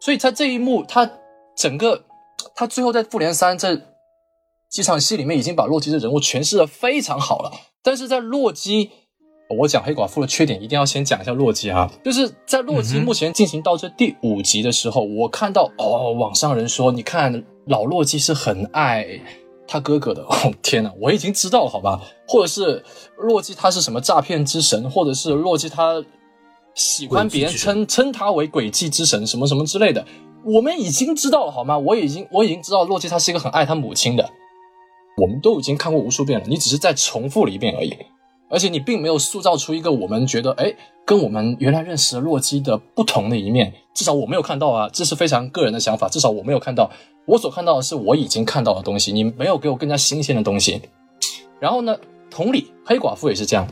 Speaker 2: 所以在这一幕，他整个他最后在复联三这几场戏里面，已经把洛基的人物诠释的非常好了。但是在洛基，我讲黑寡妇的缺点，一定要先讲一下洛基啊，就是在洛基
Speaker 3: 嗯哼
Speaker 2: 目前进行到这第五集的时候，我看到哦，网上人说，你看老洛基是很爱。他哥哥的， 哦天哪，我已经知道了，好吧？或者是洛基他是什么诈骗之神，或者是洛基他喜欢别人
Speaker 4: 诡计之
Speaker 2: 称称他为诡计之神，什么什么之类的，我们已经知道了好吗？我已经我已经知道洛基他是一个很爱他母亲的，我们都已经看过无数遍了，你只是再重复了一遍而已。而且你并没有塑造出一个我们觉得哎跟我们原来认识的洛基的不同的一面，至少我没有看到啊，这是非常个人的想法，至少我没有看到。我所看到的是我已经看到的东西，你没有给我更加新鲜的东西。然后呢，同理，黑寡妇也是这样，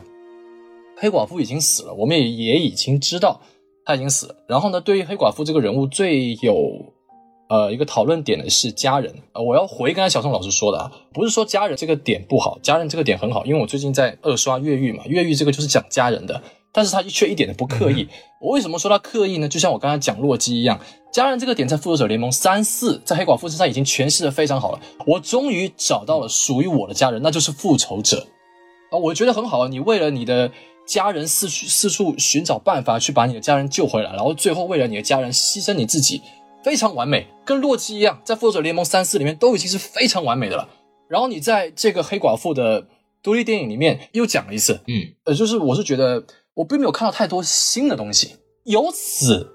Speaker 2: 黑寡妇已经死了，我们也也已经知道她已经死了。然后呢，对于黑寡妇这个人物最有呃一个讨论点的是家人。呃，我要回刚才小宋老师说的啊，不是说家人这个点不好，家人这个点很好，因为我最近在二刷越狱嘛，越狱这个就是讲家人的。但是他却一点都不刻意。我为什么说他刻意呢？就像我刚才讲洛基一样，家人这个点在《复仇者联盟三四》在黑寡妇身上已经诠释的非常好了。我终于找到了属于我的家人，那就是复仇者。啊，我觉得很好啊！你为了你的家人四处四处寻找办法去把你的家人救回来，然后最后为了你的家人牺牲你自己，非常完美，跟洛基一样，在复仇者联盟三四里面都已经是非常完美的了。然后你在这个黑寡妇的独立电影里面又讲了一次，
Speaker 4: 嗯，
Speaker 2: 呃，就是我是觉得我并没有看到太多新的东西，由此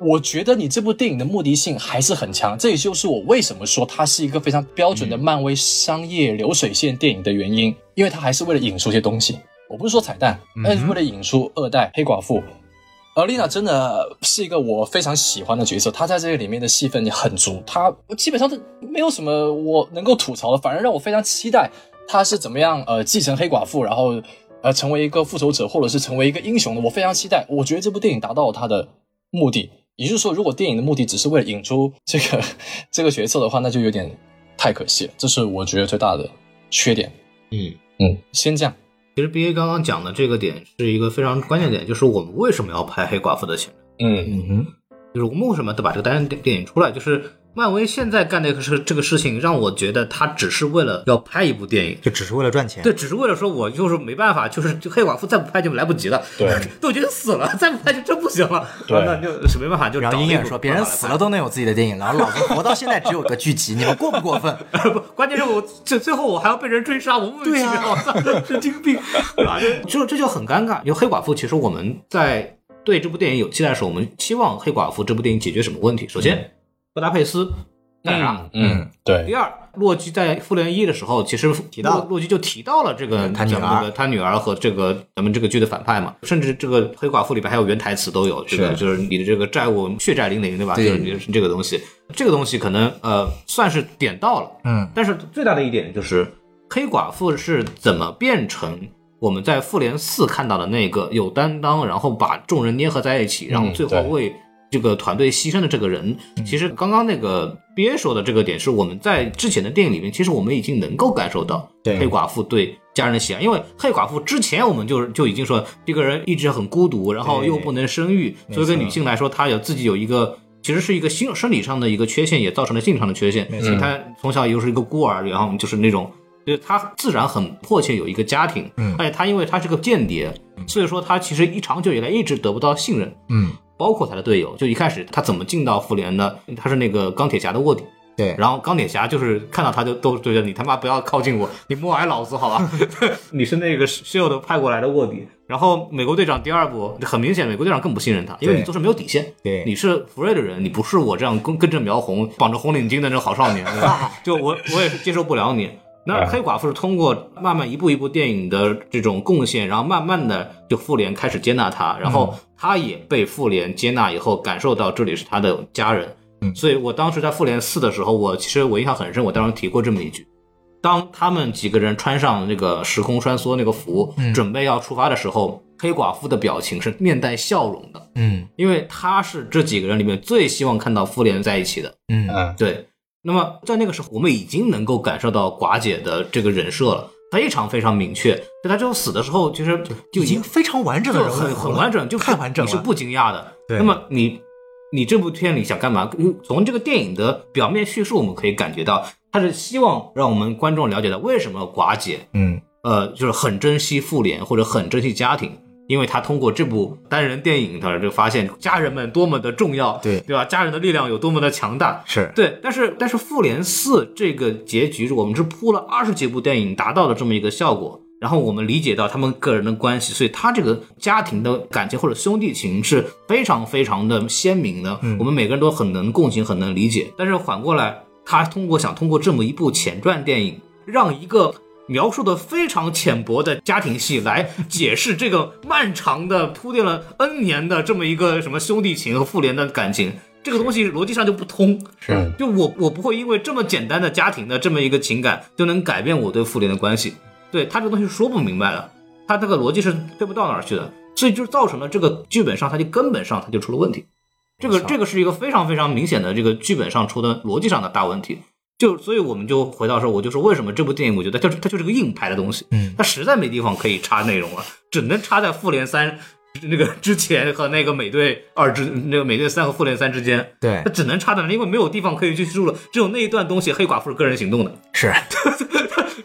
Speaker 2: 我觉得你这部电影的目的性还是很强，这也就是我为什么说它是一个非常标准的漫威商业流水线电影的原因，因为它还是为了引出一些东西。我不是说彩蛋，而是为了引出二代黑寡妇。而丽娜真的是一个我非常喜欢的角色，她在这个里面的戏份也很足，她基本上都没有什么我能够吐槽的，反而让我非常期待她是怎么样呃继承黑寡妇，然后呃成为一个复仇者，或者是成为一个英雄的，我非常期待。我觉得这部电影达到了它的目的，也就是说，如果电影的目的只是为了引出这个这个角色的话，那就有点太可惜了，这是我觉得最大的缺点。
Speaker 4: 嗯，
Speaker 2: 嗯，先这样。
Speaker 4: 其实 B A 刚刚讲的这个点是一个非常关键点，就是我们为什么要拍黑寡妇的前传，
Speaker 2: 嗯
Speaker 3: 嗯哼，
Speaker 4: 就是我们为什么得把这个单人电电影出来，就是漫威现在干这个事这个事情，让我觉得他只是为了要拍一部电影。
Speaker 3: 就只是为了赚钱。
Speaker 4: 对，只是为了说，我就是没办法，就是就黑寡妇再不拍就来不及了，
Speaker 2: 对，
Speaker 4: 都已经死了，再不拍就真不行了，啊
Speaker 2: 对
Speaker 4: 那就是没办法，就
Speaker 3: 然后
Speaker 4: 找
Speaker 3: 鹰眼
Speaker 4: 一部
Speaker 3: 说：“别人
Speaker 4: 办法来
Speaker 3: 死
Speaker 4: 拍
Speaker 3: 了都能有自己的电影，然后老子活到现在只有个剧集，你们过不过分？
Speaker 4: 不， 关键是我最最后我还要被人追杀，我莫名其妙， 我操，神经病，啊就这就很尴尬。因为黑寡妇，其实我们在对这部电影有期待的时候，我们期望黑寡妇这部电影解决什么问题？首先，布达佩斯干啥？
Speaker 2: 嗯，对
Speaker 4: 第，二，洛基在复联一的时候，其实提
Speaker 3: 到嗯
Speaker 4: 洛基就提到了这个
Speaker 3: 他女儿
Speaker 4: 咱们这个他女儿和这个咱们这个剧的反派嘛，甚至这个黑寡妇里边还有原台词都有，这个
Speaker 2: 是
Speaker 4: 就是你的这个债务血债淋淋，对吧？
Speaker 3: 对
Speaker 4: 就是你就是这个东西，这个东西可能呃算是点到了，
Speaker 3: 嗯，
Speaker 4: 但是最大的一点就是黑寡妇是怎么变成。我们在复联四看到的那个有担当，然后把众人捏合在一起，然
Speaker 3: 嗯
Speaker 4: 后最后
Speaker 2: 对
Speaker 4: 为这个团队牺牲的这个人，其实刚刚那个 B A 说的这个点，是我们在之前的电影里面，其实我们已经能够感受到
Speaker 3: 对
Speaker 4: 黑寡妇对家人的喜爱，因为黑寡妇之前我们就就已经说这个人一直很孤独，然后
Speaker 3: 对
Speaker 4: 又不能生育，
Speaker 3: 没
Speaker 4: 作为一个
Speaker 3: 错
Speaker 4: 女性来说，她有自己有一个。其实是一个心生理上的一个缺陷，也造成了性上的缺陷。
Speaker 3: 没
Speaker 4: 所以她从小又是一个孤儿，然后就是那种，就是她自然很迫切有一个家庭。
Speaker 3: 嗯
Speaker 4: 而且她因为她是个间谍，所以说她其实一长久以来一直得不到信任，
Speaker 3: 嗯，
Speaker 4: 包括她的队友。就一开始她怎么进到复联的？她是那个钢铁侠的卧底，
Speaker 3: 对，
Speaker 4: 然后钢铁侠就是看到他就都觉得你他妈不要靠近我，你莫挨老子 好吧？你是那个 Shield 派过来的卧底。然后美国队长第二部很明显，美国队长更不信任他，因为
Speaker 3: 对
Speaker 4: 你做事没有底线。
Speaker 3: 对
Speaker 4: 你是福瑞的人，你不是我这样跟跟着苗红绑着红领巾的那种好少年，对吧就我我也是接受不了你。那黑寡妇是通过慢慢一步一步电影的这种贡献，然后慢慢的就复联开始接纳她，然后她也被复联接纳以后，感受到这里是她的家人，所以我当时在复联四的时候，我其实我印象很深，我当时提过这么一句：当他们几个人穿上那个时空穿梭那个服，准备要出发的时候，黑寡妇的表情是面带笑容的，
Speaker 3: 嗯
Speaker 4: 因为她是这几个人里面最希望看到复联在一起的。
Speaker 3: 嗯
Speaker 2: 嗯
Speaker 4: 对，那么在那个时候，我们已经能够感受到寡姐的这个人设了，非常非常明确。就她最后死的时候，其实就
Speaker 3: 已经非常完整的
Speaker 4: 就
Speaker 3: 人物
Speaker 4: 很
Speaker 3: 了
Speaker 4: 很完整，就
Speaker 3: 太完整
Speaker 4: 你是
Speaker 3: 了。
Speaker 4: 不惊讶的。
Speaker 3: 对
Speaker 4: 那么你你这部片里想干嘛？嗯从这个电影的表面叙述，我们可以感觉到，他是希望让我们观众了解到为什么寡姐
Speaker 3: 嗯，
Speaker 4: 呃，就是很珍惜复联或者很珍惜家庭，因为他通过这部单人电影，他就发现家人们多么的重要，
Speaker 3: 对
Speaker 4: 对吧？家人的力量有多么的强大，
Speaker 3: 是
Speaker 4: 对，但是但是复联四这个结局，我们是铺了二十几部电影达到了这么一个效果，然后我们理解到他们个人的关系，所以他这个家庭的感情或者兄弟情是非常非常的鲜明的，我们每个人都很能共情，很能理解。但是反过来，他通过想通过这么一部前传电影，让一个。描述的非常浅薄的家庭戏来解释这个漫长的铺垫了 N 年的这么一个什么兄弟情和复联的感情，这个东西逻辑上就不通。
Speaker 2: 是
Speaker 4: 就我我不会因为这么简单的家庭的这么一个情感就能改变我对复联的关系。对他这个东西说不明白了，他这个逻辑是对不到哪儿去的，所以就造成了这个剧本上，它就根本上它就出了问题。这个
Speaker 3: 没错
Speaker 4: 这个是一个非常非常明显的这个剧本上出的逻辑上的大问题。就所以我们就回到说，我就说为什么这部电影我觉得它就是它就是个硬拍的东西，
Speaker 3: 嗯
Speaker 4: 它实在没地方可以插内容了，只能插在复联三那个之前和那个美队二之那个美队三和复联三之间。
Speaker 3: 对
Speaker 4: 他，只能插在那，因为没有地方可以去叙述了，只有那一段东西黑寡妇是个人行动的。
Speaker 3: 是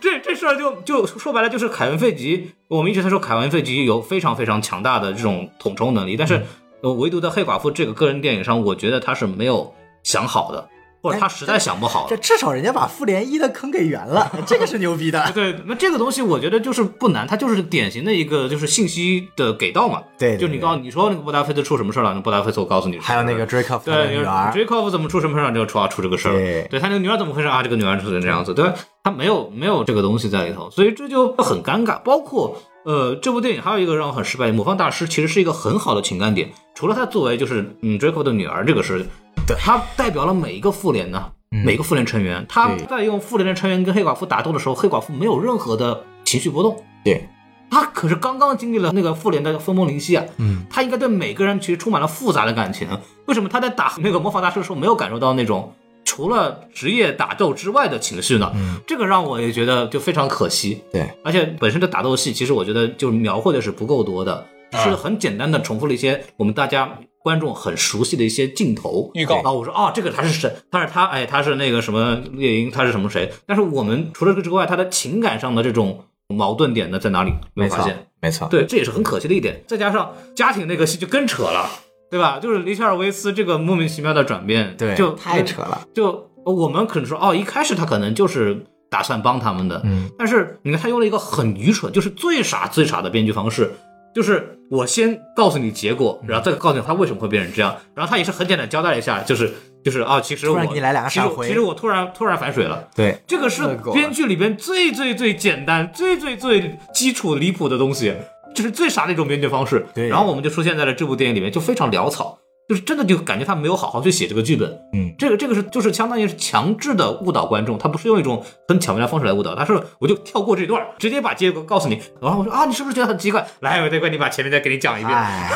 Speaker 4: 这这事儿就就说白了，就是凯文·费吉，我们一直在说凯文·费吉有非常非常强大的这种统筹能力，但是、
Speaker 3: 嗯
Speaker 4: 呃唯独在黑寡妇这个个人电影上，我觉得他是没有想好的，或者他实在想不好
Speaker 3: 哎这至少人家把复联一的坑给圆了，这个是牛逼的。
Speaker 4: 对，那这个东西我觉得就是不难，它就是典型的一个就是信息的给到嘛。
Speaker 3: 对对
Speaker 4: 就你
Speaker 3: 对
Speaker 4: 告诉你说那个布达佩斯出什么事儿了，那布达佩斯我告诉你。
Speaker 3: 还有那个 Dracov 的女
Speaker 4: 对
Speaker 3: 儿
Speaker 4: d r a c o 怎么出什么事儿，就出啊出这个事儿
Speaker 3: 对
Speaker 4: 了。对他那个女儿怎么回事啊？这个女儿出成这样子，对吧，他没有没有这个东西在里头，所以这就很尴尬。包括呃，这部电影还有一个让我很失败，《魔方大师》其实是一个很好的情感点，除了他作为就是嗯 d r a c o 的女儿这个事，对，他代表了每一个复联呢，每个复联成员，他
Speaker 3: 对
Speaker 4: 在用复联的成员跟黑寡妇打斗的时候，黑寡妇没有任何的情绪波动，
Speaker 3: 对，
Speaker 4: 他可是刚刚经历了那个复联的分崩离析啊，嗯，他应该对每个人其实充满了复杂的感情。为什么他在打那个魔法大师的时候没有感受到那种除了职业打斗之外的情绪呢？嗯，这个让我也觉得就非常可惜。
Speaker 3: 对，
Speaker 4: 而且本身的打斗戏，其实我觉得就是描绘的是不够多的，只是
Speaker 2: 啊
Speaker 4: 很简单的重复了一些我们大家观众很熟悉的一些镜头
Speaker 2: 预告
Speaker 4: 啊。我说啊，这个他是谁？他是他，哎，他是那个什么猎鹰，他是什么谁？但是我们除了这个之外，他的情感上的这种矛盾点呢在哪里？
Speaker 3: 没
Speaker 4: 没有发
Speaker 3: 错
Speaker 4: 现。，
Speaker 3: 没错，
Speaker 4: 对，这也是很可惜的一点。再加上家庭那个戏就更扯了，对吧？就是雷切尔维斯这个莫名其妙的转变，
Speaker 3: 对，
Speaker 4: 就
Speaker 3: 太扯了。
Speaker 4: 就我们可能说，哦，一开始他可能就是打算帮他们的，
Speaker 3: 嗯，
Speaker 4: 但是你看他用了一个很愚蠢，就是最傻最傻的编剧方式，就是我先告诉你结果，然后再告诉你他为什么会变成这样，然后他也是很简单地交代了一下，就是就是啊，其实
Speaker 3: 突
Speaker 4: 我
Speaker 3: 然给你来两个
Speaker 4: 其实
Speaker 3: 闪
Speaker 4: 我
Speaker 3: 回
Speaker 4: 其实我突然突然反水了。
Speaker 3: 对，
Speaker 4: 这个是
Speaker 3: 乐狗了
Speaker 4: 编剧里边最最最简单、最最最基础离谱的东西，这是最傻的一种编剧方式。
Speaker 3: 对
Speaker 4: 然后我们就出现在了这部电影里面，就非常潦草。就是真的就感觉他没有好好去写这个剧本。
Speaker 3: 嗯，
Speaker 4: 这个这个是就是相当于是强制的误导观众，他不是用一种很巧妙的方式来误导，他是我就跳过这段，直接把结果告诉你，然后我说啊，你是不是觉得很奇怪？来，我再给你把前面再给你讲一遍。
Speaker 3: 哎，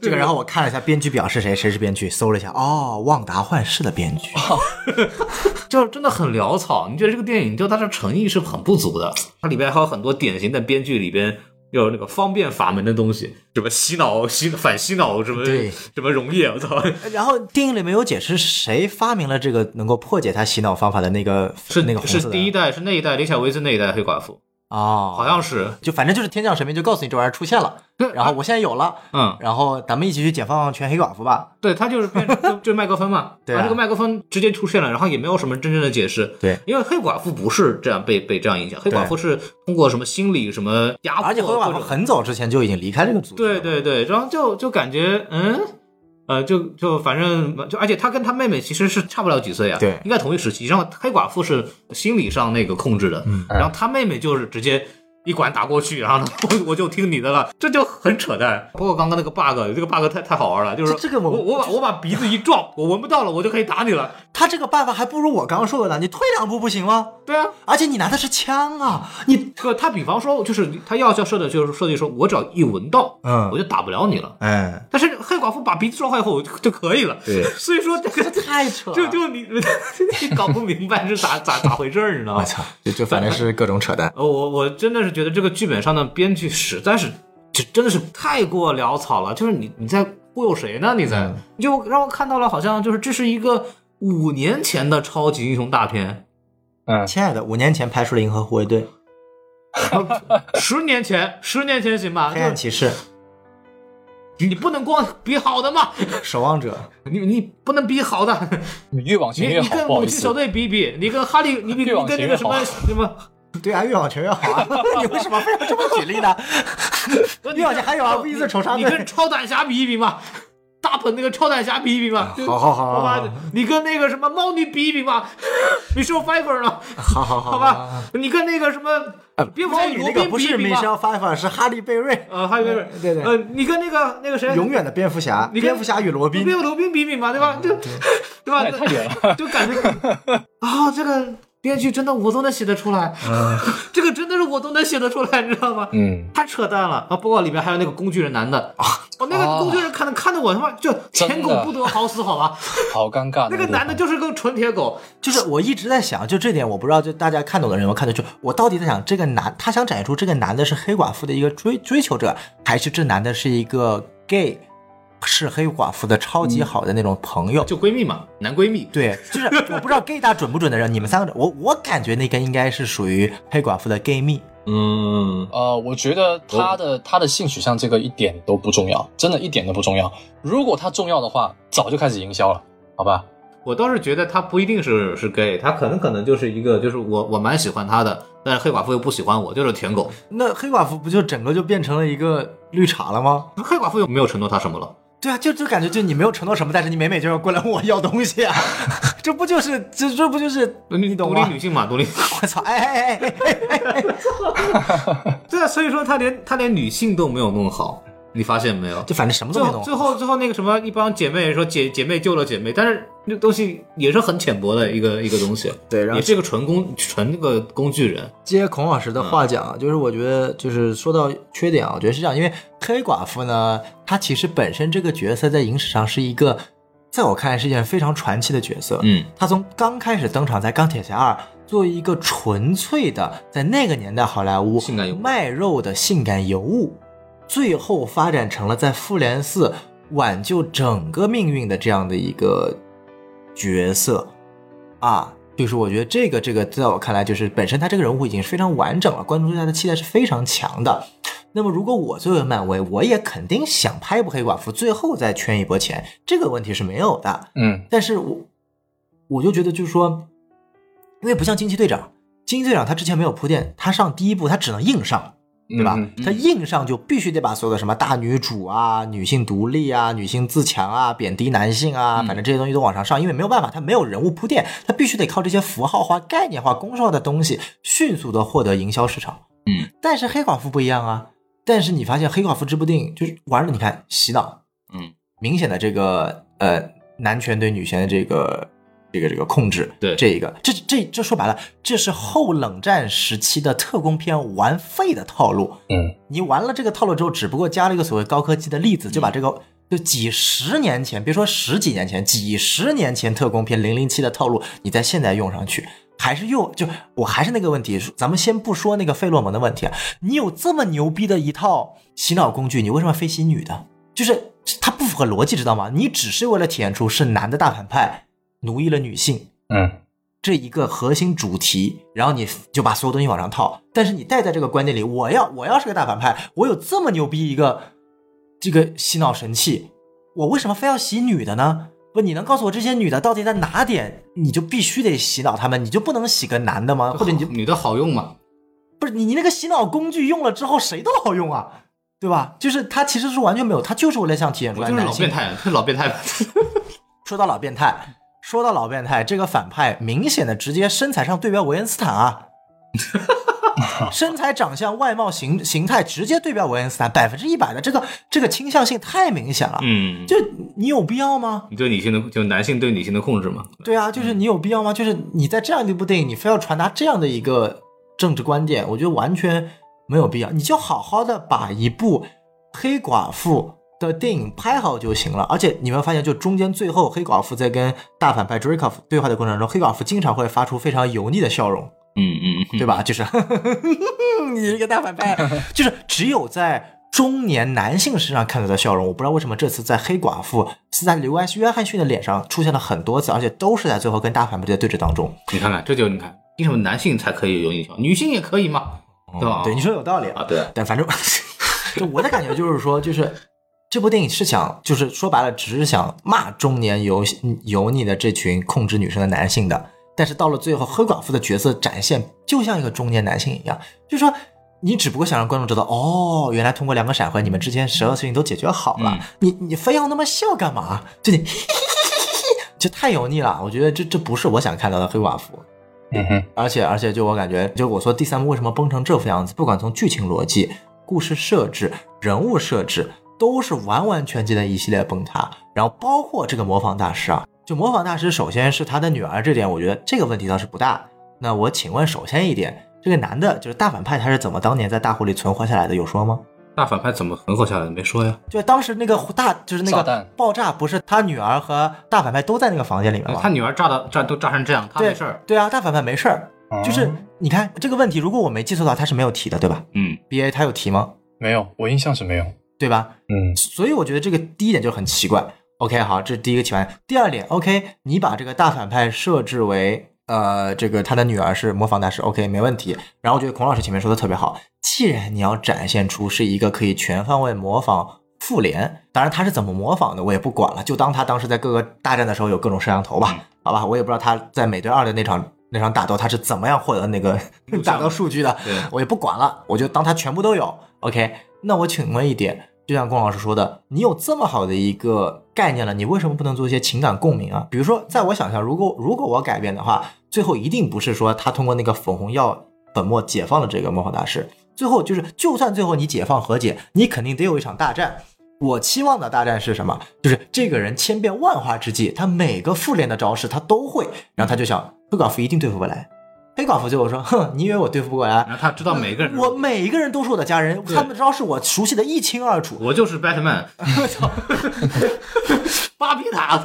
Speaker 3: 这个，然后我看了一下编剧表是谁，谁是编剧，搜了一下，哦，旺达幻视的编剧，
Speaker 4: 哦就是真的很潦草。你觉得这个电影就它的诚意是很不足的，它里边还有很多典型的编剧里边。有那个方便法门的东西，什么洗脑、洗反洗脑，什么
Speaker 3: 对
Speaker 4: 什么溶液，我操！
Speaker 3: 然后电影里没有解释谁发明了这个能够破解他洗脑方法的那个
Speaker 4: 是
Speaker 3: 那个红色
Speaker 4: 是
Speaker 3: 的
Speaker 4: 第一代，是那一代李小维斯那一代黑寡妇，
Speaker 3: 哦，
Speaker 4: 好像是。啊
Speaker 3: 就反正就是天降神明就告诉你这玩意儿出现了，然后我现在有了，
Speaker 4: 嗯，
Speaker 3: 然后咱们一起去解放全黑寡妇吧。
Speaker 4: 对，他就是变就就是麦克风嘛，
Speaker 3: 对啊
Speaker 4: 然后这个麦克风直接出现了，然后也没有什么真正的解释。
Speaker 3: 对
Speaker 4: 因为黑寡妇不是这样被被这样影响，黑
Speaker 3: 对
Speaker 4: 寡妇是通过什么心理什么压迫，
Speaker 3: 而且黑寡
Speaker 4: 或
Speaker 3: 妇
Speaker 4: 者
Speaker 3: 很早之前就已经离开这个组织了，
Speaker 4: 对对对，然后就就感觉嗯。呃，就就反正就，而且他跟他妹妹其实是差不了几岁啊，
Speaker 3: 对
Speaker 4: 应该同一时期。然后黑寡妇是心理上那个控制的，嗯，然后他妹妹就是直接一管打过去，然后呢我 我就听你的了，这就很扯淡。包括刚刚那个 bug，这个 bug 太太好玩了，就是
Speaker 3: 这这个
Speaker 4: 我
Speaker 3: 我
Speaker 4: 我把我把鼻子一撞，我闻不到了，我就可以打你了。
Speaker 3: 他这个办法还不如我刚刚说的呢，你退两步不行吗？
Speaker 4: 对啊，
Speaker 3: 而且你拿的是枪啊，你
Speaker 4: 这个他比方说就是他要要设的就是设计说，我只要一闻到，
Speaker 3: 嗯
Speaker 4: 我就打不了你了。
Speaker 3: 哎，
Speaker 4: 但是黑寡妇把鼻子撞坏以后就就可以了，
Speaker 3: 对
Speaker 4: 所以说这个
Speaker 3: 太扯了
Speaker 4: 就就你你搞不明白是咋咋咋回事儿，你知道吗
Speaker 3: 我？操，就就反正是各种扯淡。
Speaker 4: 呃，我我真的是觉得这个剧本上的编剧实在是，这真的是太过潦草了。就是你你在忽悠谁呢？你在、你就让我看到了，好像就是这是一个五年前的超级英雄大 片，
Speaker 2: 嗯，
Speaker 3: 亲爱的，五年前拍出了《银河护卫队》《
Speaker 4: 十年前，十年前行吧？
Speaker 3: 黑暗
Speaker 4: 就
Speaker 3: 骑士》《
Speaker 4: 你不能光比好的嘛，
Speaker 3: 守望者
Speaker 4: 你你不能比好的，
Speaker 2: 你越往前
Speaker 4: 你
Speaker 2: 越
Speaker 4: 你
Speaker 2: 好，
Speaker 4: 跟
Speaker 2: 不好
Speaker 4: 母
Speaker 2: 意
Speaker 4: 亲
Speaker 2: 思
Speaker 4: 小，队比一比，你跟哈 利，你比你
Speaker 2: 越往
Speaker 4: 跟那
Speaker 2: 前
Speaker 4: 个什
Speaker 2: 越
Speaker 4: 么
Speaker 2: 好
Speaker 4: 什么。》。
Speaker 3: 对啊，越往前越好啊！你为什么非要这么举例呢？ 越往前还有啊，不一次仇杀
Speaker 4: 你
Speaker 3: 队。
Speaker 4: 跟超胆侠比一比嘛，大鹏那个超胆侠比一比嘛，就
Speaker 3: 好好好好
Speaker 4: 好吧，你跟那个什么猫女比一比嘛， 你是 Fiver 呢？
Speaker 3: 好好
Speaker 4: 好吧，你跟那个什么蝙蝠
Speaker 3: 哎猫
Speaker 4: 侠
Speaker 3: 女
Speaker 4: 罗
Speaker 3: 那个
Speaker 4: 宾
Speaker 3: 不
Speaker 4: 比一
Speaker 3: 是
Speaker 4: 比
Speaker 3: 米
Speaker 4: 嘛，
Speaker 3: 歇法法，是哈利贝瑞，
Speaker 4: 呃，还有个
Speaker 3: 对对
Speaker 4: 呃，你跟那个那个谁，
Speaker 3: 永远的蝙蝠侠，
Speaker 4: 你跟
Speaker 3: 蝙蝠侠与罗宾
Speaker 4: 罗。宾罗宾比一比嘛，对吧？就 对吧
Speaker 2: 太？太远了。
Speaker 4: 就感觉啊，这个编剧真的我都能写得出来， 这个真的是我都能写得出来，你知道吗？
Speaker 2: 嗯，
Speaker 4: 太扯淡了啊！包括里面还有那个工具人男的啊，我、那个工具人看的、看的我他妈就舔狗不得好死，好吧？
Speaker 2: 好尴尬。
Speaker 4: 那个男的就是个纯铁狗，
Speaker 3: 就是我一直在想，就这点我不知道，就大家看懂的人有没有看懂？就我到底在想，这个男他想展现出这个男的是黑寡妇的一个追追求者，还是这男的是一个 gay，是黑寡妇的超级好的那种朋友？
Speaker 4: 就闺蜜嘛，男闺蜜。
Speaker 3: 对，就是我不知道 gay 大准不准的人，你们三个，我我感觉那个应该是属于黑寡妇的 gay 蜜。
Speaker 4: 嗯，
Speaker 2: 呃，我觉得他的他的性取向这个一点都不重要，真的一点都不重要。如果他重要的话，早就开始营销了，好吧？
Speaker 4: 我倒是觉得他不一定是是 gay，他可能可能就是一个就是我我蛮喜欢他的，但是黑寡妇又不喜欢我，就是舔狗。
Speaker 3: 那黑寡妇不就整个就变成了一个绿茶了吗？
Speaker 4: 黑寡妇又没有承诺他什么了。
Speaker 3: 对啊，就就感觉就你没有承诺什么，但是你每每就要过来问我要东西啊， 这不就是这这不就是你懂
Speaker 4: 独立
Speaker 3: 吗
Speaker 4: 女？性嘛，独立。
Speaker 3: 我操！哎哎哎哎哎哎哎，
Speaker 4: 对啊，所以说他连他连女性都没有弄好，你发现没有？
Speaker 3: 就反正什么啊
Speaker 4: 最
Speaker 3: 都没
Speaker 4: 后最
Speaker 3: 懂。
Speaker 4: 后最后那个什么一帮姐妹说姐姐妹救了姐妹，但是那东西也是很浅薄的一个一个东西，啊
Speaker 3: 对，然后
Speaker 4: 也是个纯工纯那个工具人。
Speaker 3: 接孔老师的话讲啊，就是我觉得就是说到缺点啊，我觉得是这样，因为黑寡妇呢，她其实本身这个角色在影史上是一个，在我看来是一件非常传奇的角色。
Speaker 4: 嗯，
Speaker 3: 她从刚开始登场在《钢铁侠二》作为一个纯粹的在那个年代好莱坞
Speaker 4: 性感尤物
Speaker 3: 卖肉的性感尤物，最后发展成了在《复联四》挽救整个命运的这样的一个角色啊。就是我觉得这个这个在我看来，就是本身他这个人物已经是非常完整了，观众对他的期待是非常强的。那么，如果我作为漫威，我也肯定想拍一部黑寡妇，最后再圈一波钱，这个问题是没有的。
Speaker 2: 嗯，
Speaker 3: 但是我我就觉得就是说，因为不像惊奇队长，惊奇队长他之前没有铺垫，他上第一部他只能硬上，对吧？
Speaker 2: 嗯
Speaker 3: 他硬上就必须得把所有的什么大女主啊、女性独立啊、女性自强啊、贬低男性啊，反正
Speaker 2: 嗯
Speaker 3: 这些东西都往上上，因为没有办法，他没有人物铺垫，他必须得靠这些符号化、概念化、公式化的东西迅速的获得营销市场。
Speaker 4: 嗯，
Speaker 3: 但是黑寡妇不一样啊。但是你发现黑寡妇这部电影就是玩了，你看洗脑，
Speaker 4: 嗯，
Speaker 3: 明显的这个呃男权对女权的这个这个这个控制，
Speaker 4: 对
Speaker 3: 这一个这这这说白了，这是后冷战时期的特工片玩废的套路。
Speaker 2: 嗯，
Speaker 3: 你玩了这个套路之后，只不过加了一个所谓高科技的例子，就把这个就几十年前，别说十几年前，几十年前特工片《零零七》的套路，你在现在用上去，还是用就我还是那个问题，咱们先不说那个费洛蒙的问题啊，你有这么牛逼的一套洗脑工具，你为什么非洗女的？就是它不符合逻辑，知道吗？你只是为了体现出是男的大反派奴役了女性，
Speaker 2: 嗯，
Speaker 3: 这一个核心主题，然后你就把所有东西往上套。但是你带在这个观念里，我要我要是个大反派，我有这么牛逼一个这个洗脑神器，我为什么非要洗女的呢？不，你能告诉我这些女的到底在哪点，你就必须得洗脑她们，你就不能洗个男的吗？或者你就
Speaker 4: 女的好用嘛？
Speaker 3: 不是你你那个洗脑工具用了之后，谁都好用啊，对吧？就是它其实是完全没有，它就是为了想体现出
Speaker 4: 我
Speaker 3: 来
Speaker 4: 就是
Speaker 3: 男
Speaker 4: 老
Speaker 3: 性
Speaker 4: 变态，老变态。
Speaker 3: 说到老变态，说到老变态，这个反派明显的直接身材上对标维恩斯坦啊，身材、长相、外貌、形形态直接对标维恩斯坦，百分之一百的这个这个倾向性太明显了。
Speaker 4: 嗯，
Speaker 3: 就你有必要吗？
Speaker 4: 对女性的就男性对女性的控制嘛？
Speaker 3: 对啊，就是你有必要吗？就是你在这样的一部电影，你非要传达这样的一个政治观点，我觉得完全没有必要。你就好好的把一部黑寡妇的电影拍好就行了。而且你们发现，就中间最后黑寡妇在跟大反派 Dreykov 对话的过程中，黑寡妇经常会发出非常油腻的笑容，
Speaker 4: 嗯嗯，
Speaker 3: 对吧？就是 你是一个大反 派，就是只有在中年男性身上看到的笑容。我不知道为什么这次在黑寡妇是在刘安约翰逊的脸上出现了很多次，而且都是在最后跟大反派的对峙当中。
Speaker 4: 你看看，这就你看，为什么男性才可以有影响，女性也可以嘛？对吧？
Speaker 3: 嗯对，你说有道理
Speaker 4: 啊，对，
Speaker 3: 但反正就我的感觉就是说，就是这部电影是想，就是说白了，只是想骂中年油油腻的这群控制女生的男性的。但是到了最后，黑寡妇的角色展现就像一个中年男性一样，就是说。你只不过想让观众知道，哦，原来通过两个闪回，你们之间所有事情都解决好了。
Speaker 4: 嗯
Speaker 3: 你你非要那么笑干嘛？就你， 就太油腻了。我觉得这这不是我想看到的黑寡妇。
Speaker 2: 嗯哼，
Speaker 3: 而且而且，就我感觉，就我说第三部为什么崩成这副样子，不管从剧情逻辑、故事设置、人物设置，都是完完全全的一系列崩塌。然后包括这个模仿大师啊，就模仿大师，首先是他的女儿这点，我觉得这个问题倒是不大。那我请问，首先一点，这个男的就是大反派，他是怎么当年在大火里存活下来的？有说吗？
Speaker 4: 大反派怎么存活下来的？没说呀。
Speaker 3: 就当时那个大，就是那
Speaker 2: 炸
Speaker 3: 个
Speaker 2: 弹
Speaker 3: 爆炸，不是他女儿和大反派都在那个房间里面吗？
Speaker 4: 他女儿炸的炸都炸成这样，他
Speaker 3: 对
Speaker 4: 没事儿。
Speaker 3: 对啊，大反派没事儿。就是
Speaker 2: 嗯
Speaker 3: 你看这个问题，如果我没记错的话，他是没有提的，对吧
Speaker 4: 嗯，
Speaker 3: ？B A 他有提吗？
Speaker 2: 没有，我印象是没有。
Speaker 3: 对吧？
Speaker 2: 嗯
Speaker 3: 所以我觉得这个第一点就很奇怪。OK，好，这是第一个奇怪。第二点，OK，你把这个大反派设置为呃，这个他的女儿是模仿大师，OK，没问题。然后我觉得孔老师前面说的特别好，既然你要展现出是一个可以全方位模仿复联，当然他是怎么模仿的我也不管了，就当他当时在各个大战的时候有各种摄像头吧，好吧，我也不知道他在美队二的那场那场打斗他是怎么样获得那个 打斗数据的，
Speaker 4: 对，
Speaker 3: 我也不管了，我就当它全部都有。OK，那我请问一点，就像龚老师说的，你有这么好的一个概念了，你为什么不能做一些情感共鸣啊？比如说，在我想象，如果如果我改变的话，最后一定不是说他通过那个粉红药粉末解放了这个魔法大师，最后就是，就算最后你解放和解，你肯定得有一场大战。我期望的大战是什么？就是这个人千变万化之际，他每个复联的招式他都会，然后他就想，黑寡妇一定对付不来。黑寡妇最后说：“哼，你以为我对付不过来？
Speaker 4: 然后他知道每个人，
Speaker 3: 我每一个人都是我的家人，
Speaker 4: 对
Speaker 3: 他们招是我熟悉的一清二楚。
Speaker 4: 我就是 Batman，
Speaker 3: 我操，
Speaker 4: 巴别塔，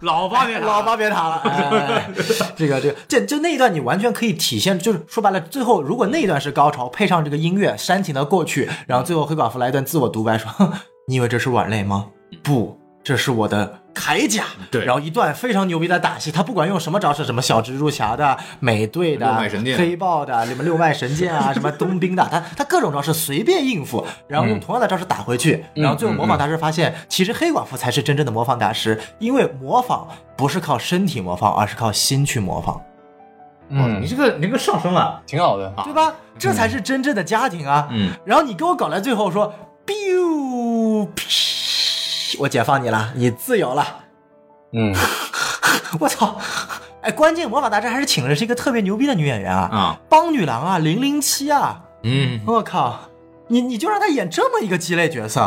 Speaker 4: 老巴别塔，
Speaker 3: 老巴别塔 了，哎哎哎这个这个，这就那一段你完全可以体现，就是说白了，最后如果那一段是高潮，配上这个音乐煽情的过去，然后最后黑寡妇来一段自我独白，说：“ 你以为这是软肋吗？不，这是我的铠甲。”
Speaker 4: 对
Speaker 3: 然后一段非常牛逼的打戏，他不管用什么招式，什么小蜘蛛侠的、美队的、
Speaker 4: 六脉神剑
Speaker 3: 黑豹的、什么六脉神剑 啊，什么冬兵的，他他各种招式随便应付，然
Speaker 4: 嗯
Speaker 3: 后用同样的招式打回去，然后最后模仿大师发现，其实黑寡妇才是真正的模仿大师，因为模仿不是靠身体模仿，而是靠心去模仿，
Speaker 4: 哇你啊
Speaker 2: 嗯，
Speaker 4: 这个你这个上升了，
Speaker 2: 挺好的。
Speaker 3: 对吧？这才是真正的家庭啊！
Speaker 4: 嗯，
Speaker 3: 然后你给我搞来最后说，biu，我解放你了，你自由了。
Speaker 2: 嗯，
Speaker 3: 我操！哎，关键魔法大战还是请的是一个特别牛逼的女演员啊，
Speaker 4: 啊，
Speaker 3: 邦女郎啊，零零七啊，
Speaker 4: 嗯，
Speaker 3: 我靠，你你就让她演这么一个鸡肋角色，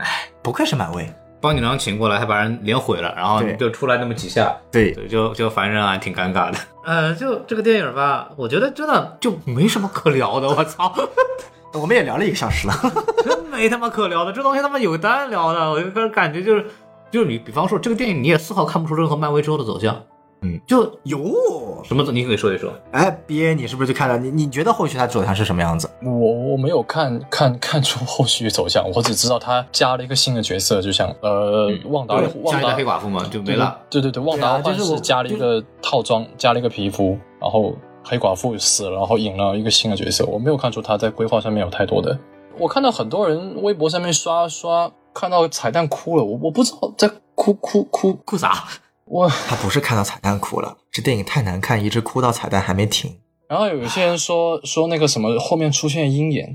Speaker 3: 哎，不愧是漫威，
Speaker 4: 帮你娘请过来，还把人脸毁了，然后
Speaker 3: 对
Speaker 4: 就出来那么几下，
Speaker 3: 对，
Speaker 4: 对，就就反正还挺尴尬的。呃，就这个电影吧，我觉得真的就没什么可聊的，我操，
Speaker 3: 我们也聊了一个小时了。
Speaker 4: 真没他妈可聊的，这东西他妈有单聊的，我就个人感觉就是，就是你比方说这个电影，你也丝毫看不出任何漫威之后的走向，
Speaker 3: 嗯，
Speaker 4: 就
Speaker 3: 哟，
Speaker 4: 什么你可以说一说，
Speaker 3: 哎，鳖，你是不是就看到你？你觉得后续它走向是什么样子？
Speaker 2: 我我没有看 看看出后续走向，我只知道他加了一个新的角色，就像呃旺达
Speaker 4: 对，
Speaker 2: 旺
Speaker 4: 加一
Speaker 2: 达
Speaker 4: 个黑寡妇嘛，就没
Speaker 2: 对
Speaker 4: 了。
Speaker 2: 对对对，旺达
Speaker 3: 啊就
Speaker 2: 幻
Speaker 3: 是
Speaker 2: 视
Speaker 3: 我
Speaker 2: 加了一个套装，加了一个皮肤，然后黑寡妇死了，然后引了一个新的角色。我没有看出他在规划上面有太多的。我看到很多人微博上面刷刷，看到彩蛋哭了，我我不知道在哭哭哭，
Speaker 4: 哭啥？
Speaker 2: 我
Speaker 3: 他不是看到彩蛋哭了，这电影太难看，一直哭到彩蛋还没停。
Speaker 2: 然后有些人说说那个什么后面出现鹰眼，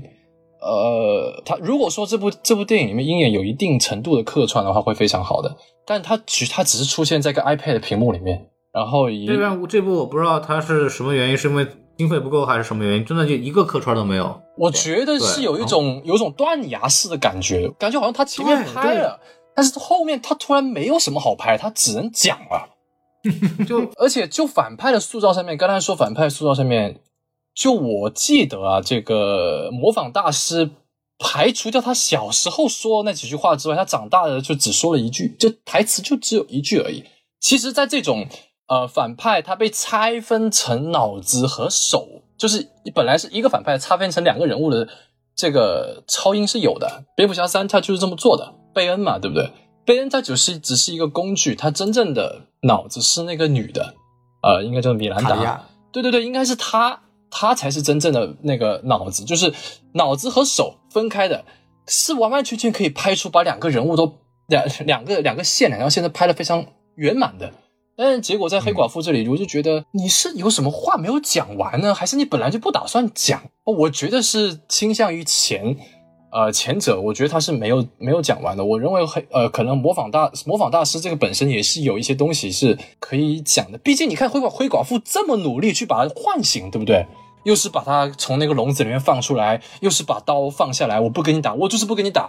Speaker 2: 呃，他如果说这部这部电影里面鹰眼有一定程度的客串的话，会非常好的。但他只他只是出现在一个 iPad 的屏幕里面，然后以
Speaker 4: 这边这部我不知道它是什么原因，是因为经费不够还是什么原因，真的就一个客串都没有。
Speaker 2: 我觉得是
Speaker 4: 对
Speaker 2: 有一种有一种断崖式的感觉，感觉好像他前面
Speaker 3: 对
Speaker 2: 拍了，但是后面他突然没有什么好拍，他只能讲了。
Speaker 4: 就
Speaker 2: 而且就反派的塑造上面，刚才说反派塑造上面，就我记得啊，这个模仿大师排除掉他小时候说的那几句话之外，他长大了就只说了一句，就台词就只有一句而已。其实，在这种呃反派，他被拆分成脑子和手，就是本来是一个反派拆分成两个人物的这个超英是有的，蝙蝠侠三他就是这么做的，贝恩嘛，对不对？贝恩他只是只是一个工具，他真正的脑子是那个女的，呃，应该叫米兰
Speaker 3: 卡
Speaker 2: 达，
Speaker 3: 地亚，
Speaker 2: 对对对，应该是他，他才是真正的那个脑子，就是脑子和手分开的，是完完全全可以拍出把两个人物都两两个两个线两条线都拍的非常圆满的。但是结果在黑寡妇这里，我就觉得你是有什么话没有讲完呢，还是你本来就不打算讲？哦我觉得是倾向于前，呃，前者，我觉得他是没有没有讲完的。我认为黑呃，可能模仿大模仿大师这个本身也是有一些东西是可以讲的，毕竟你看灰寡灰寡妇这么努力去把它唤醒，对不对？又是把他从那个笼子里面放出来，又是把刀放下来，我不跟你打，我就是不跟你打。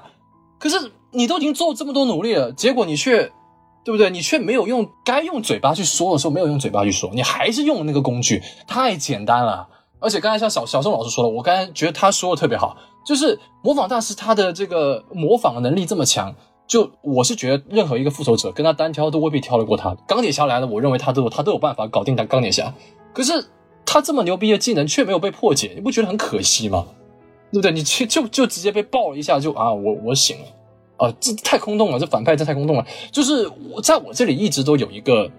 Speaker 2: 可是你都已经做这么多努力了，结果你却，对不对？你却没有用该用嘴巴去说的时候，没有用嘴巴去说，你还是用那个工具，太简单了。而且刚才像小小宋老师说的，我刚才觉得他说的特别好，就是模仿大师他的这个模仿能力这么强，就我是觉得任何一个复仇者跟他单挑都未必挑得过他。钢铁侠来了，我认为他都有他都有办法搞定他钢铁侠，可是他这么牛逼的技能却没有被破解，你不觉得很可惜吗？对不对？你去就就直接被爆了一下，就啊，我我醒了，啊，这太空洞了，这反派这太空洞了。就是我在我这里一直都有一个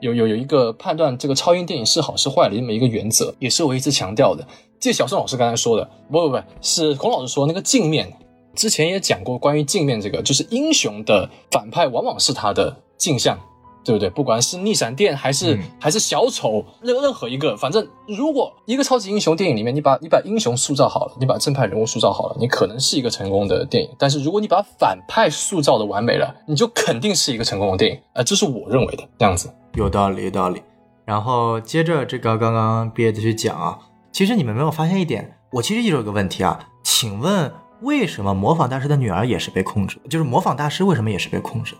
Speaker 2: 有有有一个判断这个超英电影是好是坏的这么一个原则，也是我一直强调的。这小宋老师刚才说的，不不不是孔老师说那个镜面，之前也讲过关于镜面这个，就是英雄的反派往往是他的镜像，对不对？不管是逆闪电还是、
Speaker 3: 嗯
Speaker 2: 还是小丑，任任何一个，反正如果一个超级英雄电影里面，你把你把英雄塑造好了，你把正派人物塑造好了，你可能是一个成功的电影。但是如果你把反派塑造的完美了，你就肯定是一个成功的电影。啊、这是我认为的这样子。
Speaker 3: 有道理，有道理。然后接着这个刚刚毕业的去讲啊，其实你们没有发现一点，我其实一直有个问题啊，请问为什么模仿大师的女儿也是被控制？就是模仿大师为什么也是被控制？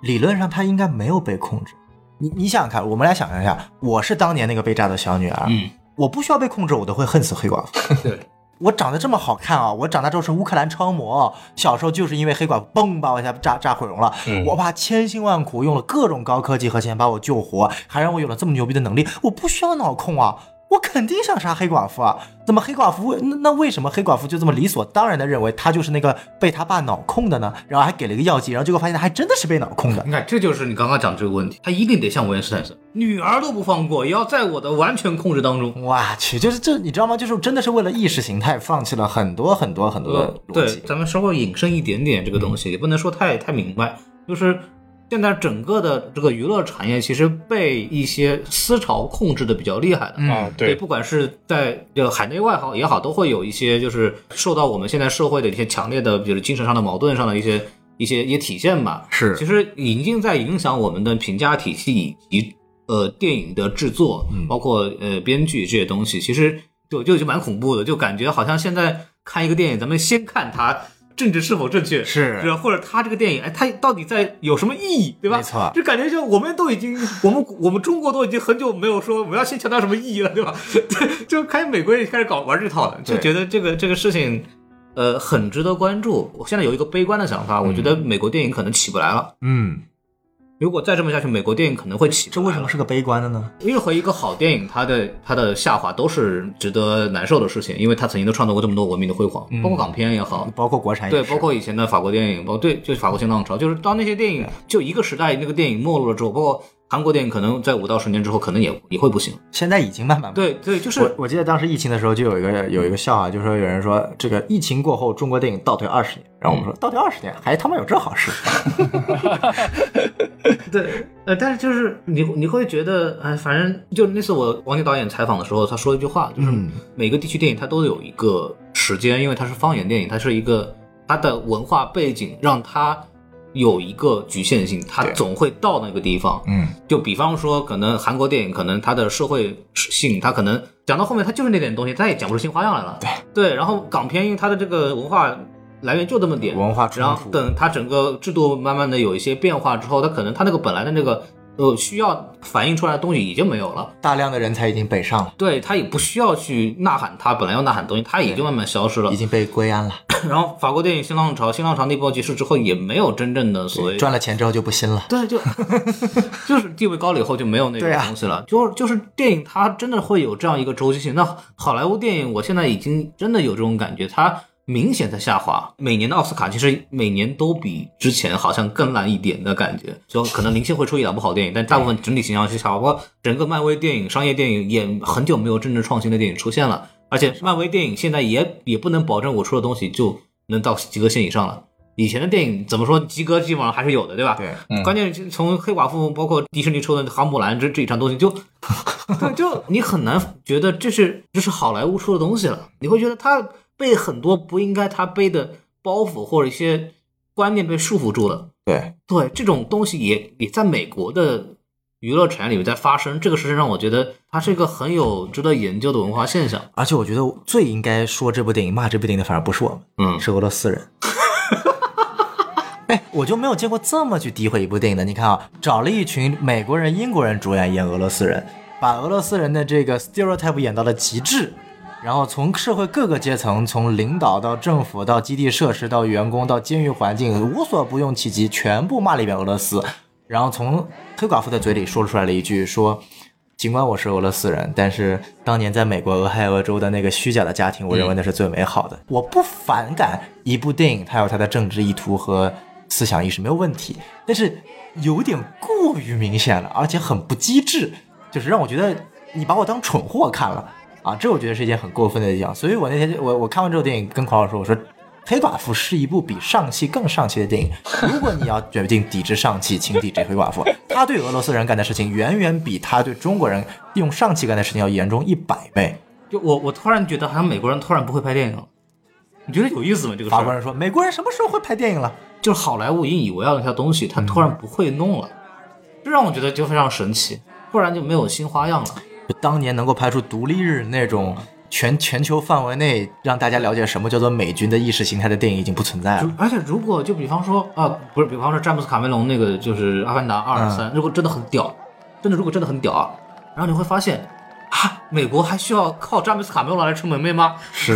Speaker 3: 理论上他应该没有被控制。你你想想看，我们来想象一下，我是当年那个被炸的小女儿，
Speaker 4: 嗯，
Speaker 3: 我不需要被控制，我都会恨死黑寡妇。
Speaker 4: 对，
Speaker 3: 我长得这么好看啊！我长大之后是乌克兰超模，小时候就是因为黑寡妇嘣把我一下炸炸毁容了。
Speaker 2: 嗯
Speaker 3: 我爸千辛万苦用了各种高科技和钱把我救活，还让我有了这么牛逼的能力。我不需要脑控啊，我肯定想杀黑寡妇啊！怎么黑寡妇那那为什么黑寡妇就这么理所当然的认为她就是那个被他爸脑控的呢？然后还给了一个药剂，然后结果发现她还真的是被脑控的。
Speaker 4: 你看这就是你刚刚讲这个问题，他一定得像维恩斯坦森，女儿都不放过，也要在我的完全控制当中。
Speaker 3: 哇去，就是这你知道吗？就是真的是为了意识形态放弃了很多很多很多的逻
Speaker 4: 呃对
Speaker 3: 辑，。
Speaker 4: 咱们稍微引申一点点这个东西，也不能说太太明白。就是现在整个的这个娱乐产业，其实被一些思潮控制的比较厉害的。
Speaker 3: 嗯
Speaker 2: 啊，
Speaker 4: 对，不管是在这个海内外好也好，都会有一些就是受到我们现在社会的一些强烈的，比如精神上的矛盾上的一些一些一些体现吧。
Speaker 3: 是
Speaker 4: 其实已经在影响我们的评价体系以及呃电影的制作，
Speaker 3: 嗯
Speaker 4: 包括呃编剧这些东西，其实就就就蛮恐怖的，就感觉好像现在看一个电影，咱们先看它政治是否正确，
Speaker 3: 是
Speaker 4: 吧或者他这个电影，哎，它到底在有什么意义，对吧？
Speaker 3: 没错
Speaker 4: 就感觉像我们都已经，我们我们中国都已经很久没有说我们要先强调什么意义了，对吧？ 对，就开始美国人开始搞玩这套了，就
Speaker 3: 对
Speaker 4: 觉得这个这个事情，呃，很值得关注。我现在有一个悲观的想法，我觉得美国电影可能起不来了。
Speaker 3: 嗯，
Speaker 4: 如果再这么下去，美国电影可能会起
Speaker 3: 这
Speaker 4: 不来
Speaker 3: 为
Speaker 4: 了。
Speaker 3: 什么是个悲观的呢？
Speaker 4: 任何一个好电影，它的它的下滑都是值得难受的事情，因为它曾经都创造过这么多文明的辉煌，
Speaker 3: 嗯
Speaker 4: 包括港片也好，
Speaker 3: 包括国产也
Speaker 4: 对，
Speaker 3: 是
Speaker 4: 包括以前的法国电影，包括对，就是法国新浪潮，就是当那些电影就一个时代那个电影没落了之后，包括韩国电影，可能在五到十年之后，可能也也会不行。
Speaker 3: 现在已经慢慢
Speaker 4: 对对，就是
Speaker 3: 我我记得当时疫情的时候，就有一个有一个笑话，就说有人说这个疫情过后中国电影倒退二十年，然后我们说倒退二十年还他妈有这好事？
Speaker 4: 对，呃，但是就是你你会觉得，哎，反正就那次我王晶导演采访的时候，他说一句话，就是
Speaker 3: 嗯
Speaker 4: 每个地区电影它都有一个时间，因为它是方言电影，它是一个它的文化背景让它有一个局限性，它
Speaker 3: 对
Speaker 4: 总会到那个地方。
Speaker 3: 嗯，
Speaker 4: 就比方说，可能韩国电影，可能它的社会性，它可能讲到后面，它就是那点东西，它也讲不出新花样来了。对对，然后港片因为它的这个文化来源就这么点，
Speaker 3: 文化冲
Speaker 4: 然后
Speaker 3: 突
Speaker 4: 等它整个制度慢慢的有一些变化之后，它可能它那个本来的那个呃需要反映出来的东西已经没有了。
Speaker 3: 大量的人才已经北上了，
Speaker 4: 对，它也不需要去呐喊它本来要呐喊的东西，它也就慢慢消失了
Speaker 3: 已。经被归安了，
Speaker 4: 然后法国电影新浪潮，新浪潮那波结束之后，也没有真正的所谓
Speaker 3: 赚了钱之后就不新了。
Speaker 4: 对， 就就是地位高了以后就没有那种
Speaker 3: 对啊
Speaker 4: 东西了。就是就是电影，它真的会有这样一个周期性。那好莱坞电影，我现在已经真的有这种感觉，它明显在下滑。每年的奥斯卡其实每年都比之前好像更烂一点的感觉，就可能零星会出一两部好电影，但大部分整体形象是下滑。包括整个漫威电影、商业电影也很久没有政治创新的电影出现了，而且漫威电影现在也也不能保证我出的东西就能到及格线以上了。以前的电影怎么说及格基本上还是有的，对吧？
Speaker 3: 对，
Speaker 2: 嗯
Speaker 4: 关键是从黑寡妇，包括迪士尼出的《航母兰》这这一场东西就，就你很难觉得这是这是好莱坞出的东西了，你会觉得他被很多不应该他背的包袱或者一些观念被束缚住了。
Speaker 3: 对，
Speaker 4: 对，这种东西也也在美国的娱乐产业里面在发生，这个事情让我觉得它是一个很有值得研究的文化现象。
Speaker 3: 而且我觉得最应该说这部电影、骂这部电影的反而不是我们，
Speaker 4: 嗯
Speaker 3: 是俄罗斯人。 哎，我就没有见过这么去诋毁一部电影的。你看啊，找了一群美国人、英国人主演演俄罗斯人，把俄罗斯人的这个 stereotype 演到了极致，然后从社会各个阶层，从领导到政府，到基地设施，到员工，到监狱环境，无所不用其极，全部骂了一遍俄罗斯。然后从黑寡妇的嘴里说出来了一句说。尽管我是俄罗斯人，但是当年在美国俄亥俄州的那个虚假的家庭，我认为那是最美好的。嗯我不反感一部电影，它有它的政治意图和思想意识没有问题，但是有点过于明显了，而且很不机智，就是让我觉得你把我当蠢货看了啊！这我觉得是一件很过分的地方。所以我那天就我我看完这部电影，跟孔老师说，我说《黑寡妇》是一部比上汽更上汽的电影。如果你要决定抵制上汽，请抵制黑寡妇。他对俄罗斯人干的事情，远远比他对中国人用上汽干的事情要严重一百倍。
Speaker 4: 就我我突然觉得，好像美国人突然不会拍电影了，你觉得有意思吗？这个事
Speaker 3: 法
Speaker 4: 儿
Speaker 3: 国人说，美国人什么时候会拍电影了？
Speaker 4: 就是好莱坞引以为傲的那些东西，他突然不会弄了，这让我觉得就非常神奇，不然就没有新花样了。
Speaker 3: 就当年能够拍出《独立日》那种全全球范围内让大家了解什么叫做美军的意识形态的电影已经不存在
Speaker 4: 如
Speaker 3: 了。
Speaker 4: 而且如果就比方说啊，不是，比方说詹姆斯卡梅隆那个就是《阿凡达二》
Speaker 3: 嗯
Speaker 4: 三，如果真的很屌，真的如果真的很屌啊，然后你会发现啊，美国还需要靠詹姆斯卡梅隆来撑门面吗？
Speaker 3: 是，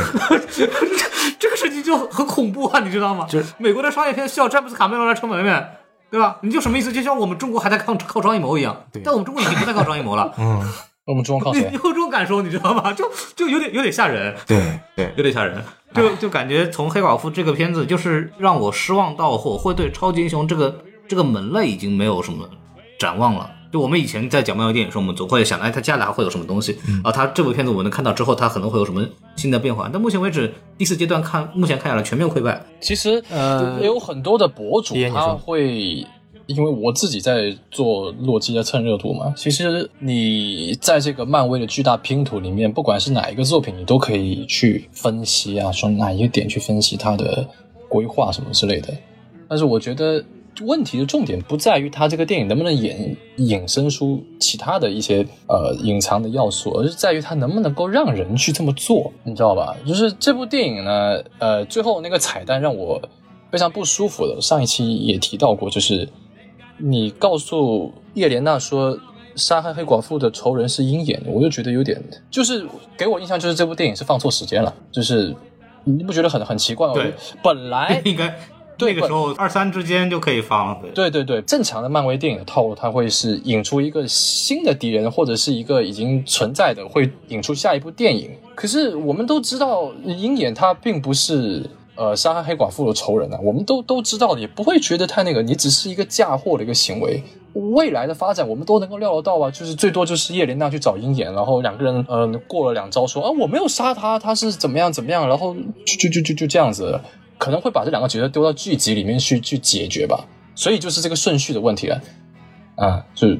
Speaker 4: 这个事情就很恐怖啊，你知道吗？
Speaker 3: 就是
Speaker 4: 美国的商业片需要詹姆斯卡梅隆来撑门面。对吧？你就什么意思？就像我们中国还在靠靠张艺谋一样，但我们中国已经不再靠张艺谋了，
Speaker 3: 嗯，
Speaker 2: 我们中国靠
Speaker 4: 你
Speaker 2: 谁啊
Speaker 4: 你？有这种感受，你知道吗？ 就就有点有点吓人，
Speaker 3: 对对，
Speaker 4: 有点吓人。
Speaker 3: 哎
Speaker 4: 就就感觉从《黑寡妇》这个片子，就是让我失望到我会对超级英雄这个这个门类已经没有什么展望了。就我们以前在讲漫威电影的时候，我们总会想，哎，他接下来还会有什么东西？
Speaker 3: 嗯
Speaker 4: 啊，他这部片子我们能看到之后，他可能会有什么新的变化？但目前为止，第四阶段看，目前看下来全面溃败。
Speaker 2: 其实
Speaker 3: 呃
Speaker 2: 也有很多的博主
Speaker 3: 爷，你说
Speaker 2: 他会因为我自己在做洛基的蹭热度嘛。其实你在这个漫威的巨大拼图里面，不管是哪一个作品，你都可以去分嗯呃析啊，从哪一个点去分析它的规划什么之类的。但是我觉得问题的重点不在于它这个电影能不能衍衍生出其他的一些呃隐藏的要素，而是在于它能不能够让人去这么做，你知道吧？就是这部电影呢，呃，最后那个彩蛋让我非常不舒服的。上一期也提到过，就是你告诉叶莲娜说杀害黑寡妇的仇人是鹰眼，我就觉得有点，就是给我印象就是这部电影是放错时间了，就是你不觉得很很奇怪吗？
Speaker 4: 对，
Speaker 2: 本
Speaker 3: 哎
Speaker 2: 来
Speaker 4: 应该
Speaker 2: 对
Speaker 4: 那个时候二三之间就可以放了。对
Speaker 2: 对对对，正常的漫威电影的套路，它会是引出一个新的敌人，或者是一个已经存在的，会引出下一部电影。可是我们都知道，鹰眼他并不是呃杀害黑寡妇的仇人啊，我们都都知道的，也不会觉得他那个，你只是一个嫁祸的一个行为。未来的发展我们都能够料得到啊，就是最多就是叶莲娜去找鹰眼，然后两个人嗯、呃过了两招说啊我没有杀他，他是怎么样怎么样，然后就就就就就这样子了，可能会把这两个角色丢到剧集里面去去解决吧。所以就是这个顺序的问题了，啊，就是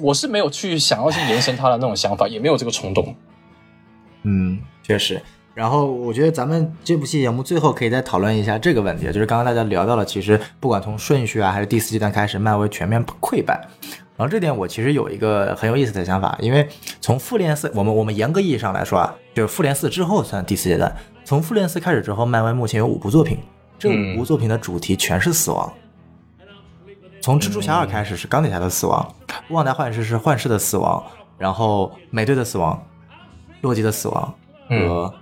Speaker 2: 我是没有去想要去延伸他的那种想法，也没有这个冲动。
Speaker 3: 嗯，确实。然后我觉得咱们这部戏节目最后可以再讨论一下这个问题，就是刚刚大家聊到了，其实不管从顺序啊，还是第四阶段开始，漫威全面溃败。然后这点我其实有一个很有意思的想法，因为从复联四，我们我们严格意义上来说啊，就是复联四之后算第四阶段。从复联四开始之后，漫威目前有五部作品，这五部作品的主题全是死亡。从蜘蛛侠二开始是钢铁侠的死亡，旺达幻视是幻视的死亡，然后美队的死亡，洛基的死亡和、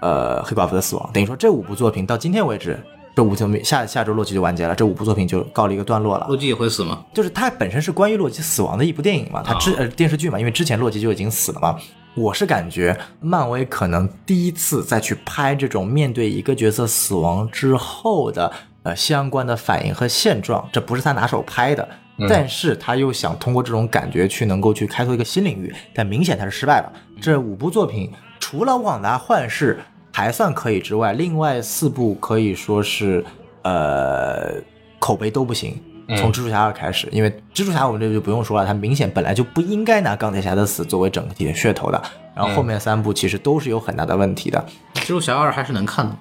Speaker 3: 呃黑寡妇的死亡，等于说这五部作品到今天为止，这五部作品下下周洛基就完结了，这五部作品就告了一个段落了。
Speaker 4: 洛基也会死吗？
Speaker 3: 就是它本身是关于洛基死亡的一部电影嘛，它之呃电视剧嘛，因为之前洛基就已经死了嘛。我是感觉漫威可能第一次再去拍这种面对一个角色死亡之后的呃相关的反应和现状，这不是他拿手拍的，但是他又想通过这种感觉去能够去开拓一个新领域，但明显他是失败了。这五部作品除了《旺达幻视》还算可以之外，另外四部可以说是呃口碑都不行。从蜘蛛侠二开始，因为蜘蛛侠我们这就不用说了，它明显本来就不应该拿钢铁侠的死作为整体的噱头的。然后后面三部其实都是有很大的问题的，
Speaker 4: 蜘蛛侠二还是能看的。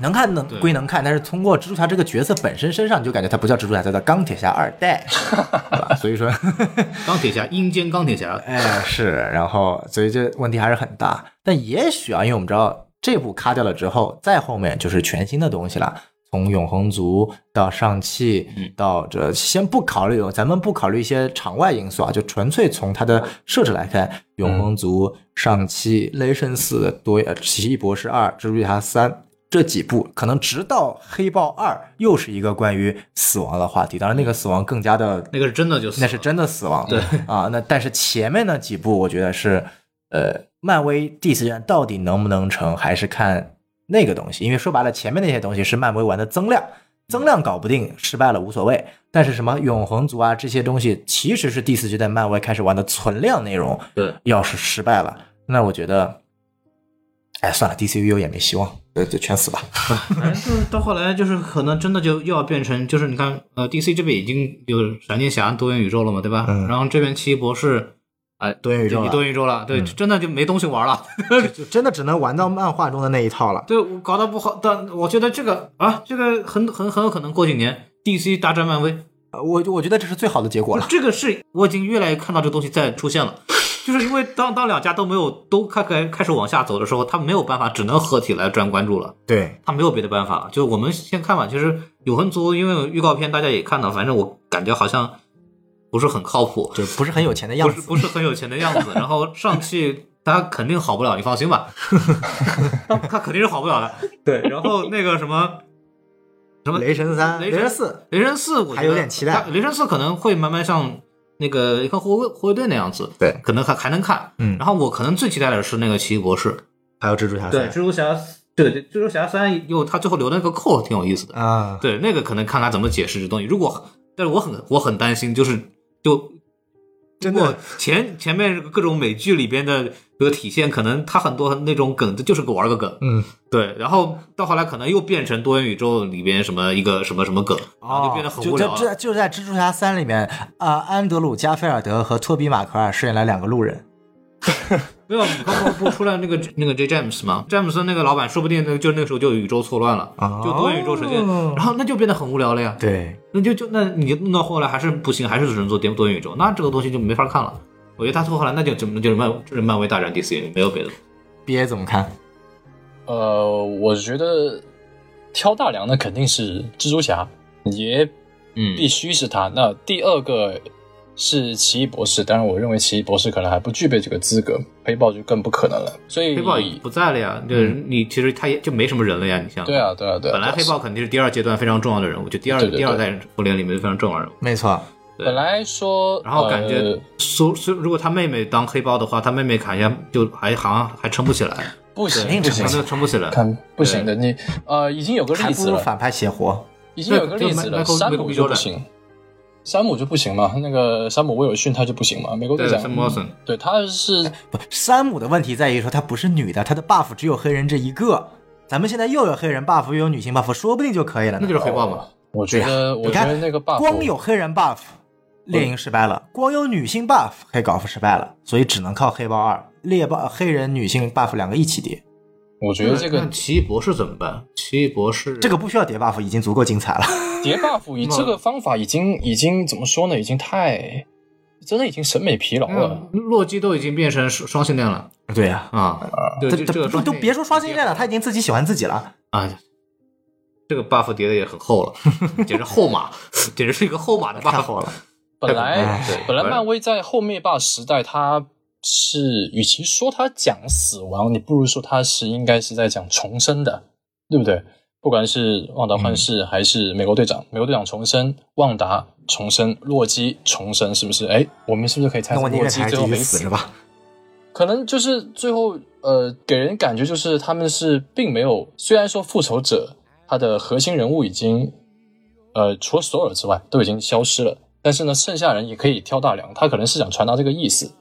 Speaker 3: 能看能
Speaker 4: 对
Speaker 3: 归能看，但是通过蜘蛛侠这个角色本身身上，你就感觉他不叫蜘蛛侠，他叫钢铁侠二代，对吧？所以说，
Speaker 4: 钢铁侠，阴间钢铁侠，
Speaker 3: 哎，是，然后所以这问题还是很大。但也许啊，因为我们知道这部卡掉了之后，再后面就是全新的东西了。从永恒族到上汽，到这，先不考虑，咱们不考虑一些场外因素啊，就纯粹从它的设置来看，永恒族、上汽、雷神四、多呃奇异博士二、蜘蛛侠三这几部，可能直到黑豹二又是一个关于死亡的话题，当然那个死亡更加的
Speaker 4: 那个是真的就死了，
Speaker 3: 那是真的死亡。
Speaker 4: 对
Speaker 3: 啊，那但是前面那几部，我觉得是呃，漫威第四卷到底能不能成，还是看那个东西。因为说白了，前面那些东西是漫威玩的增量，增量搞不定，失败了无所谓。但是什么永恒族啊这些东西，其实是第四阶段漫威开始玩的存量内容。
Speaker 4: 对，
Speaker 3: 要是失败了，那我觉得，哎，算了，DCU 也没希望，呃，就全死吧。
Speaker 4: 反正就是到后来，就是可能真的就又要变成，就是你看，呃，DC 这边已经有闪电侠多元宇宙了嘛，对吧？
Speaker 3: 嗯
Speaker 4: 然后这边奇异博士，哎，
Speaker 3: 多元宇宙
Speaker 4: 就
Speaker 3: 了嗯
Speaker 4: 多元宇宙了，对，真的就没东西玩了。
Speaker 3: 就真的只能玩到漫画中的那一套了。
Speaker 4: 对，我搞得不好，但我觉得这个啊，这个很很很有可能过几年 DC 大战漫威，
Speaker 3: 呃我我觉得这是最好的结果了。
Speaker 4: 这个是我已经越来越看到这个东西在出现了。就是因为当当两家都没有都开开开始往下走的时候，他没有办法，只能合体来赚关注了。
Speaker 3: 对，
Speaker 4: 他没有别的办法了。就我们先看吧。其实《永恒族》因为预告片大家也看到，反正我感觉好像不是很靠谱，
Speaker 3: 就不是很有钱的样
Speaker 4: 不
Speaker 3: 子。
Speaker 4: 是不是很有钱的样 子。然后上汽他肯定好不了，你放心 吧，他肯定是好不了的。对，然后那个什么什么
Speaker 3: 雷神三、
Speaker 4: 雷
Speaker 3: 雷
Speaker 4: 神
Speaker 3: 神四，
Speaker 4: 雷神四，我觉得
Speaker 3: 还有点期待
Speaker 4: 它雷神四可能会慢慢像那个你看护卫护卫队那样子，
Speaker 3: 对，
Speaker 4: 可能还还能看。
Speaker 3: 嗯
Speaker 4: 然后我可能最期待的是那个奇异博士，
Speaker 3: 还有蜘蛛侠
Speaker 4: 对，蜘蛛侠，对对，蜘蛛侠三又他最后留的那个扣挺有意思的。
Speaker 3: 啊，
Speaker 4: 对，那个可能看他怎么解释这东西。如果，但是我很我很担心，就是就
Speaker 3: 真
Speaker 4: 我
Speaker 3: 的
Speaker 4: 前前面各种美剧里边的这个体现，可能他很多那种梗就是个玩个梗，
Speaker 3: 嗯，
Speaker 4: 对，然后到后来可能又变成多元宇宙里边什么一个什么什么梗，然后就变得很无聊
Speaker 3: 哦就这
Speaker 4: 了。
Speaker 3: 就在蜘蛛侠三里面，啊、安德鲁·加菲尔德和托比·马奎尔饰演了两个路人。
Speaker 4: 没有，刚刚不出来那个那个 J James 吗？詹姆斯那个老板，说不定那个就那个时候就宇宙错乱了，
Speaker 3: 哦
Speaker 4: 就多元宇宙时间，然后那就变得很无聊了呀。
Speaker 3: 对，
Speaker 4: 那就就那你弄到后来还是不行，还是只能做多多元宇宙，那这个东西就没法看了。我觉得他做后来那就就就是漫就是漫威大战 DC，没有别的。
Speaker 3: 毕业怎么看？
Speaker 2: 呃，我觉得挑大梁的肯定是蜘蛛侠，也
Speaker 4: 嗯
Speaker 2: 必须是他。那第二个是奇异博士，当然我认为奇异博士可能还不具备这个资格，黑豹就更不可能了。所以
Speaker 4: 黑豹不在了呀，就是你其实他也就没什么人了呀，你像
Speaker 2: 对啊，对啊，对啊。
Speaker 4: 本来黑
Speaker 2: 对啊
Speaker 4: 豹肯定是第二阶段非常重要的人物，就第二
Speaker 2: 对对
Speaker 4: 第二
Speaker 2: 对
Speaker 4: 代复联里面非常重要的人物。
Speaker 3: 没错，
Speaker 4: 对
Speaker 2: 啊本来说，
Speaker 4: 然后感
Speaker 2: 呃
Speaker 4: 觉苏苏、如果他妹妹当黑豹的话，他妹妹砍一下就还好像还撑不起来，
Speaker 2: 不行
Speaker 3: 肯定
Speaker 2: 不行
Speaker 3: 成
Speaker 4: 撑，都撑不起来。
Speaker 2: 看不行的，你呃已经有个
Speaker 3: 还
Speaker 2: 例
Speaker 3: 不
Speaker 2: 子
Speaker 3: 如
Speaker 2: 了，
Speaker 3: 反派邪活。
Speaker 2: 已经有个例子
Speaker 4: 对
Speaker 2: 了，
Speaker 4: 就迈
Speaker 2: 山
Speaker 4: 迈克
Speaker 2: 姆
Speaker 4: 尔
Speaker 2: 就不
Speaker 4: 毕
Speaker 2: 行，山姆就不行嘛，那个山姆威尔逊他就不行嘛，美国队
Speaker 4: 对
Speaker 2: 长
Speaker 4: ，Sam Wilson
Speaker 2: 对哎他是
Speaker 3: 不，山姆的问题在于说她不是女的，她的 buff 只有黑人这一个。咱们现在又有黑人 buff，又有女性 buff，说不定就可以了
Speaker 4: 那
Speaker 3: 呢。
Speaker 4: 就是黑豹嘛。
Speaker 2: 我觉得我
Speaker 3: 你
Speaker 2: 觉
Speaker 3: 看
Speaker 2: 得那个 buff
Speaker 3: 光有黑人 buff，猎鹰失败了；光有女性 buff，黑寡妇失败了。所以只能靠黑豹二，猎豹黑人女性 buff 两个一起叠，
Speaker 2: 我觉得这
Speaker 4: 那
Speaker 2: 个
Speaker 4: 奇异博士怎么办？奇异博士
Speaker 3: 这个不需要叠 buff，已经足够精彩了。
Speaker 2: 叠 buff 以这个方法已经已经怎么说呢？已经太真的已经审美疲劳了
Speaker 4: 嗯。洛基都已经变成双双性恋了
Speaker 3: 对呀、
Speaker 4: 啊！对，
Speaker 3: 这
Speaker 4: 这这
Speaker 3: 这
Speaker 4: 个
Speaker 3: 呃不
Speaker 4: 双
Speaker 3: 都别说双性恋了，他已经自己喜欢自己了。
Speaker 4: 啊，这个 buff 叠的也很厚了，简直厚马， 简直是一个厚马的 buff。
Speaker 3: 太厚了。
Speaker 2: 本来
Speaker 4: 哎
Speaker 2: 本来
Speaker 4: 本来
Speaker 2: 漫威在后灭霸时代，他是与其说他讲死亡，你不如说他是应该是在讲重生的，对不对？不管是旺达幻视还是美国队长，美国队长重生，旺达重生，洛基重生，是不是？哎，我们是不是可以猜
Speaker 3: 那
Speaker 2: 测
Speaker 3: 我宁
Speaker 2: 洛
Speaker 3: 愿
Speaker 2: 基
Speaker 3: 他还
Speaker 2: 最
Speaker 3: 继
Speaker 2: 后
Speaker 3: 续
Speaker 2: 没
Speaker 3: 死
Speaker 2: 死
Speaker 3: 是？吧？
Speaker 2: 可能就是最后呃，给人感觉就是他们是并没有，虽然说复仇者他的核心人物已经呃，除了索尔之外都已经消失了，但是呢，剩下人也可以挑大梁，他可能是想传达这个意思。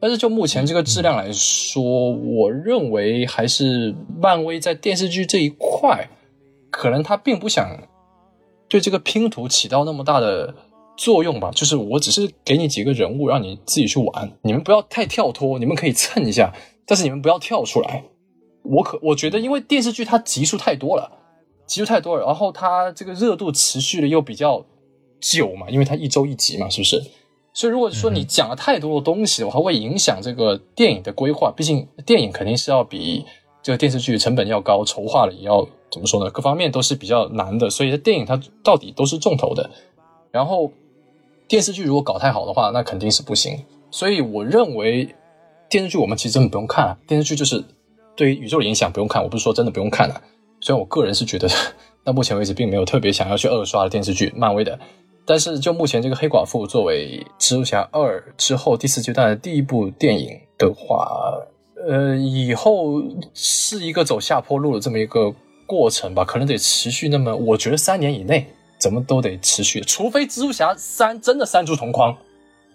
Speaker 2: 但是就目前这个质量来说，我认为还是漫威在电视剧这一块，可能他并不想对这个拼图起到那么大的作用吧。就是我只是给你几个人物，让你自己去玩，你们不要太跳脱，你们可以蹭一下，但是你们不要跳出来。我可我觉得，因为电视剧它集数太多了，集数太多了，然后它这个热度持续的又比较久嘛，因为它一周一集嘛，是不是？所以如果说你讲了太多的东西的话，会影响这个电影的规划。毕竟电影肯定是要比这个电视剧成本要高，筹划了也要怎么说呢？各方面都是比较难的，所以电影它到底都是重头的。然后电视剧如果搞太好的话，那肯定是不行。所以我认为电视剧我们其实真的不用看、啊，电视剧就是对于宇宙的影响不用看。我不是说真的不用看啊，虽然我个人是觉得 到目前为止并没有特别想要去二刷的电视剧，漫威的。但是就目前这个黑寡妇作为蜘蛛侠二之后第四阶段的第一部电影的话，呃，以后是一个走下坡路的这么一个过程吧，可能得持续那么，我觉得三年以内怎么都得持续，除非蜘蛛侠三真的三出同框，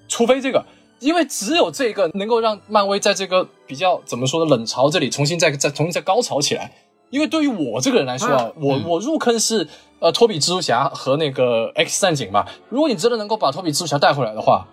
Speaker 2: 除非这个，因为只有这个能够让漫威在这个比较怎么说呢冷潮这里重新再再重新再高潮起来。因为对于我这个人来说啊
Speaker 4: 啊，
Speaker 2: 我我入坑是呃托比蜘蛛侠和那个 X 战警嘛。如果你真的能够把托比蜘蛛侠带回来的话，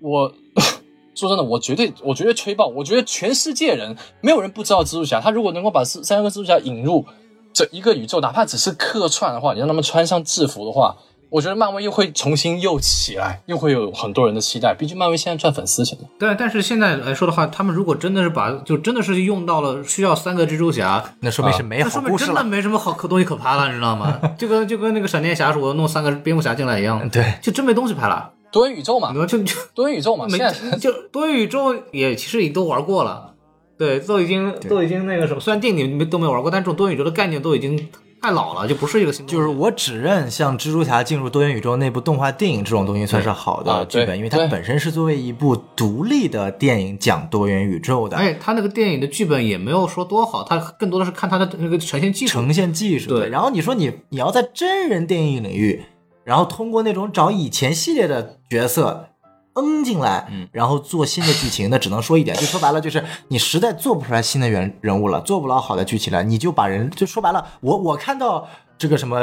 Speaker 2: 我 说真的，我绝对，我绝对吹爆，我觉得全世界人没有人不知道蜘蛛侠。他如果能够把三三个蜘蛛侠引入这一个宇宙，哪怕只是客串的话，你让他们穿上制服的话，我觉得漫威又会重新又起来，又会有很多人的期待。毕竟漫威现在赚粉丝钱嘛。
Speaker 4: 对，但是现在来说的话，他们如果真的是把，就真的是用到了需要三个蜘蛛侠，
Speaker 3: 那说明是没
Speaker 4: 那
Speaker 3: 哎好
Speaker 4: 说明
Speaker 3: 故事
Speaker 4: 真的
Speaker 3: 了。
Speaker 4: 没什么好可东西可拍了，你知道吗？ 就跟就跟那个闪电侠说我弄三个蝙蝠侠进来一样，
Speaker 3: 对，
Speaker 4: 就真没东西拍了。
Speaker 2: 多元宇宙嘛
Speaker 4: 你，说就就
Speaker 2: 多元宇宙嘛，
Speaker 4: 没
Speaker 2: 现在
Speaker 4: 就多元宇宙也其实也都玩过了，对，都已经都已经那个什么，虽然电影没都没玩过，但这种多元宇宙的概念都已经太老了，就不是一个新东西。
Speaker 3: 就是我只认像蜘蛛侠进入多元宇宙那部动画电影这种东西算是好
Speaker 2: 啊
Speaker 3: 的
Speaker 2: 对
Speaker 3: 剧本，因为它
Speaker 2: 对
Speaker 3: 本身是作为一部独立的电影讲多元宇宙的，
Speaker 4: 哎，他那个电影的剧本也没有说多好，他更多的是看他的那个呈现技术。
Speaker 3: 呈现技术的。
Speaker 4: 对
Speaker 3: 然后你说你你要在真人电影领域，然后通过那种找以前系列的角色嗯进来，然后做新的剧情，那只能说一点，就说白了就是你实在做不出来新的人人物了，做不了好的剧情了，你就把人就说白了，我我看到这个什么。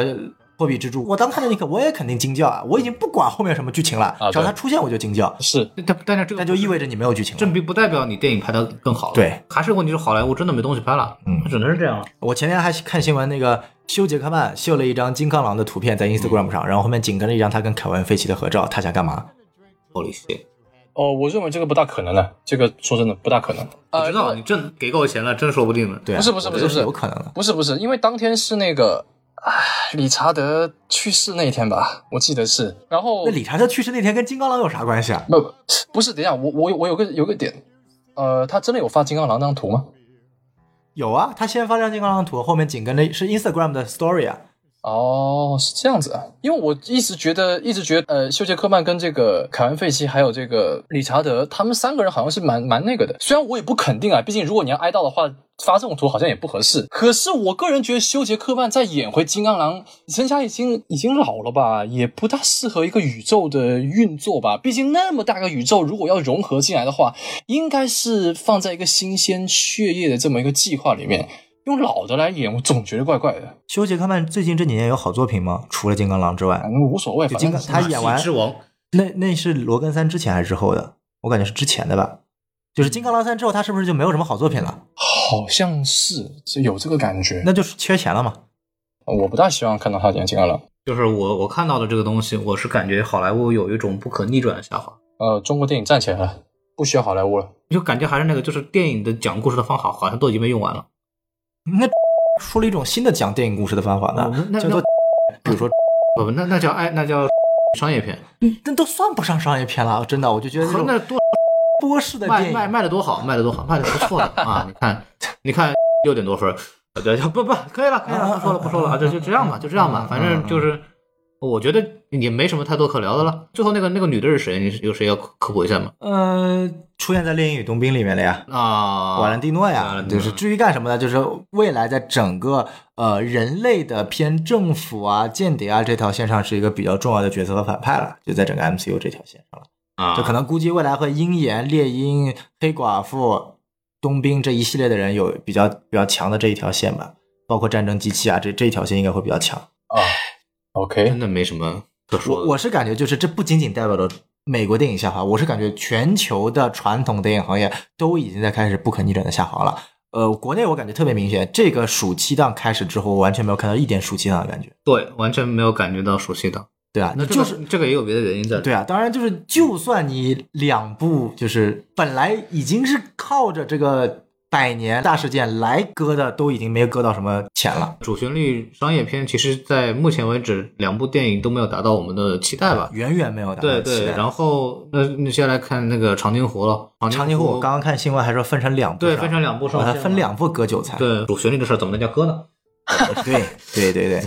Speaker 3: 货币之柱》，我当看到那一刻，我也肯定惊叫啊！我已经不管后面什么剧情了，
Speaker 2: 啊对
Speaker 3: 只要它出现我就惊叫，
Speaker 2: 是
Speaker 4: 但但是这个
Speaker 3: 那就意味着你没有剧情
Speaker 4: 这
Speaker 3: 了。
Speaker 4: 并不代表你电影拍的更好了。
Speaker 3: 对，
Speaker 4: 还是问题是好莱坞真的没东西拍了，
Speaker 3: 嗯
Speaker 4: 它只能是这样了。
Speaker 3: 我前天还看新闻，那个修杰克曼秀了一张金刚狼的图片
Speaker 2: 嗯
Speaker 3: 在 Instagram 上，然后后面紧跟着一张他跟凯文·费奇的合照，他想干嘛？
Speaker 4: Holy shit！
Speaker 2: 哦，我认为这个不大可能的，这个说真的不大可能。
Speaker 4: 我
Speaker 2: 呃
Speaker 4: 知道你挣给够钱了，真说不定呢。
Speaker 3: 对啊，
Speaker 2: 不是不是
Speaker 3: 我觉
Speaker 2: 不是
Speaker 3: 得
Speaker 2: 不是
Speaker 3: 有可能的。
Speaker 2: 不是不是，因为当天是那个啊，理查德去世那一天吧，我记得是。然后
Speaker 3: 那理查德去世那天跟金刚狼有啥关系啊？
Speaker 2: 不不不是，等一下，我我有我有个有个点，呃，他真的有发金刚狼那张图吗？
Speaker 3: 有啊，他先发张金刚狼图，后面紧跟着是 Instagram 的 Story 啊。
Speaker 2: 哦，是这样子啊，因为我一直觉得，一直觉得，呃，休杰克曼跟这个凯文费奇还有这个理查德，他们三个人好像是蛮蛮那个的。虽然我也不肯定啊，毕竟如果你要哀悼的话，发这种图好像也不合适。可是我个人觉得，休杰克曼再演回金刚狼，人家已经已经老了吧，也不大适合一个宇宙的运作吧。毕竟那么大个宇宙，如果要融合进来的话，应该是放在一个新鲜血液的这么一个计划里面。用老的来演，我总觉得怪怪的。
Speaker 3: 休杰克曼最近这几年有好作品吗？除了金刚狼之外
Speaker 2: 反，正无所谓，
Speaker 3: 就
Speaker 2: 反
Speaker 3: 金
Speaker 2: 正
Speaker 3: 刚他演完
Speaker 4: 喜之王，
Speaker 3: 那那是罗根三之前还是之后的？我感觉是之前的吧。就是金刚狼三之后，他是不是就没有什么好作品了？
Speaker 2: 好像是是有这个感觉。
Speaker 3: 那就是缺钱了嘛。
Speaker 2: 我不大希望看到他演金刚狼。
Speaker 4: 就是我我看到的这个东西，我是感觉好莱坞有一种不可逆转的下滑，
Speaker 2: 呃，中国电影站起来了，不需要好莱坞了。
Speaker 4: 就感觉还是那个，就是电影的讲故事的方法好像都已经被用完了。
Speaker 3: 那 出了一种新的讲电影故事的方法
Speaker 4: 哦
Speaker 3: 呢，
Speaker 4: 那
Speaker 3: 叫做比如说，
Speaker 4: 不不，那那叫爱，那叫 商业片，
Speaker 3: 那都算不上商业片了，真的，我就觉得这种
Speaker 4: 那多
Speaker 3: 波士的
Speaker 4: 卖
Speaker 3: 电
Speaker 4: 卖
Speaker 3: 影，
Speaker 4: 卖的多好，卖的多好，卖的不 错的啊！你看，你看 六点多分儿，呃对，不不，可以了，可以了，不说了，不说了啊，就就这样吧，就这样吧，
Speaker 3: 嗯
Speaker 4: 反正就是，我觉得也没什么太多可聊的了。最后那个那个女的是谁？你有谁要科普一下吗？
Speaker 3: 呃，出现在《猎鹰与冬兵》里面了呀。
Speaker 4: 啊，
Speaker 3: 瓦兰蒂诺
Speaker 4: 瓦
Speaker 3: 呀，
Speaker 4: 伦蒂
Speaker 3: 就
Speaker 4: 诺
Speaker 3: 是至于干什么呢？就是未来在整个呃人类的偏政府啊、间谍啊这条线上是一个比较重要的角色和反派了，就在整个 MCU 这条线上了。
Speaker 4: 啊，
Speaker 3: 就可能估计未来会鹰眼、猎鹰、黑寡妇、冬兵这一系列的人有比较比较强的这一条线吧，包括战争机器啊，这这一条线应该会比较强。
Speaker 2: 啊，OK，
Speaker 4: 真的没什么可说
Speaker 3: 我
Speaker 4: 的。
Speaker 3: 我是感觉就是这不仅仅代表了美国电影下滑，我是感觉全球的传统电影行业都已经在开始不可逆转的下滑了。呃，国内我感觉特别明显，这个暑期档开始之后，我完全没有看到一点暑期档的感觉，
Speaker 4: 对，完全没有感觉到熟悉的。
Speaker 3: 对啊，
Speaker 4: 那
Speaker 3: 你
Speaker 4: 这个
Speaker 3: 就是
Speaker 4: 这个也有别的原因在。
Speaker 3: 对啊，当然就是，就算你两部就是本来已经是靠着这个百年大事件来割的，都已经没有割到什么钱了，
Speaker 4: 主旋律商业片，其实在目前为止，两部电影都没有达到我们的期待吧。
Speaker 3: 远远没有达到
Speaker 4: 对
Speaker 3: 嗯期
Speaker 4: 对，
Speaker 3: 待
Speaker 4: 然后那那接下来看那个长津湖了。
Speaker 3: 长津湖，我刚刚看新闻还说分成两部
Speaker 4: 对
Speaker 3: 上
Speaker 4: 分成两部上
Speaker 3: 把它
Speaker 4: 线
Speaker 3: 分
Speaker 4: 了
Speaker 3: 两部割韭菜，
Speaker 4: 对主旋律的事儿怎么能叫歌呢？
Speaker 3: 对对对对，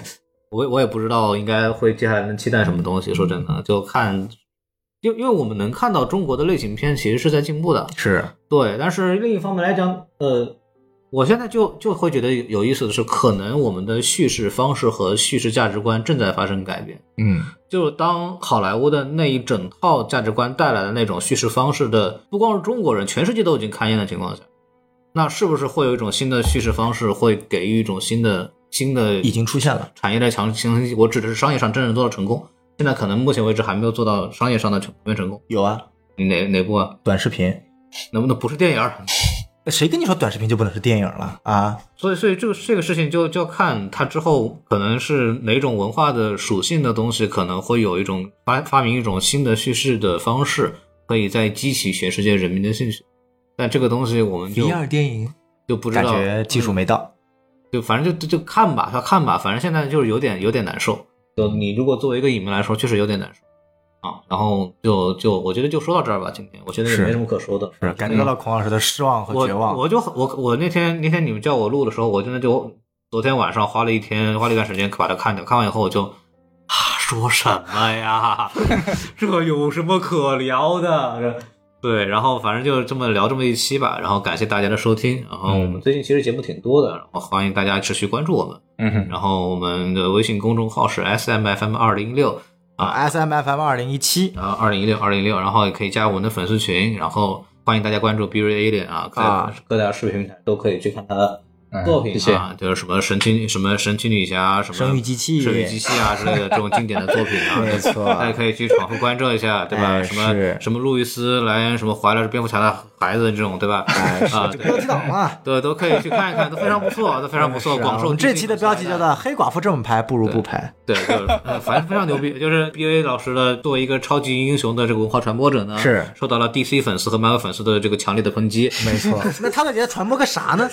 Speaker 4: 我也我也不知道应该会接下来能期待什么东西。说真
Speaker 3: 嗯
Speaker 4: 的，就看，因为因为我们能看到中国的类型片其实是在进步的，
Speaker 3: 是
Speaker 4: 对。但是另一方面来讲，呃，我现在就就会觉得有有意思的是，可能我们的叙事方式和叙事价值观正在发生改变。
Speaker 3: 嗯，
Speaker 4: 就是当好莱坞的那一整套价值观带来的那种叙事方式的，不光是中国人，全世界都已经看厌的情况下，那是不是会有一种新的叙事方式，会给予一种新的新的
Speaker 3: 已经出现了。
Speaker 4: 产业的强行？我指的是商业上真正做到成功，现在可能目前为止还没有做到商业上的全面成功。
Speaker 3: 有啊，
Speaker 4: 哪哪部啊？
Speaker 3: 短视频，
Speaker 4: 能不能不是电影儿？
Speaker 3: 谁跟你说短视频就不能是电影了啊？
Speaker 4: 所以，所以这个这个事情就就要看它之后可能是哪种文化的属性的东西，可能会有一种发发明一种新的叙事的方式，可以再激起全世界人民的兴趣。但这个东西我们就
Speaker 3: 第二电影
Speaker 4: 就不知
Speaker 3: 感
Speaker 4: 道，
Speaker 3: 觉技术没到，
Speaker 4: 就反正就就就看吧，要看吧，反正现在就是有点有点难受。就你如果作为一个影迷来说，确实有点难受啊。然后就就我觉得就说到这儿吧，今天我觉得也
Speaker 3: 是
Speaker 4: 没什么可说的，
Speaker 3: 嗯是感觉到了孔老师的失望和
Speaker 4: 我
Speaker 3: 哦绝望。
Speaker 4: 我就我我那天那天你们叫我录的时候，我真的就昨天晚上花了一天花了一段时间把它看掉，看完以后我就啊说什么呀， 这有什么可聊的？这对，然后反正就这么聊这么一期吧，然后感谢大家的收听，然后我
Speaker 3: 嗯
Speaker 4: 们最近其实节目挺多的，然后欢迎大家持续关注我们，
Speaker 2: 嗯哼，
Speaker 4: 然后我们的微信公众号是 S M F M 二零六，
Speaker 3: S M F M 二零一 七
Speaker 4: 然后二零一六二零一六，然后也可以加我们的粉丝群，然后欢迎大家关注 b r a Alien 啊，在
Speaker 3: 啊
Speaker 4: 各大视频平台都可以去看他
Speaker 2: 嗯
Speaker 4: 作品
Speaker 2: 谢谢
Speaker 4: 啊，就是什么神奇什么神奇女侠、什么
Speaker 3: 生育机器
Speaker 4: 生育机器啊之 类的这种经典的作品啊，
Speaker 3: 没错
Speaker 4: 大家可以去反复关注一下，对吧？
Speaker 3: 哎
Speaker 4: 什么
Speaker 3: 是
Speaker 4: 什么路易斯莱恩什么怀了蝙蝠侠的孩子这种，对吧？啊，
Speaker 3: 这
Speaker 4: 对
Speaker 3: 标题党 嘛。
Speaker 4: 对，都可以去看一看，都非常不错，都非常不错，
Speaker 3: 是啊
Speaker 4: 广
Speaker 3: 我
Speaker 4: 受
Speaker 3: 们
Speaker 4: 低
Speaker 3: 这
Speaker 4: 迷
Speaker 3: 期的标题叫做《黑寡妇这么拍，不如
Speaker 4: 对
Speaker 3: 不拍
Speaker 4: 对，就是呃反正非常牛逼，就是 B A 老师的作为一个超级英雄的这个文化传播者呢，
Speaker 3: 是
Speaker 4: 受到了 D C 粉丝和漫威粉丝的这个强烈的抨击，》。
Speaker 3: 没错， 那他到底在传播个啥 呢？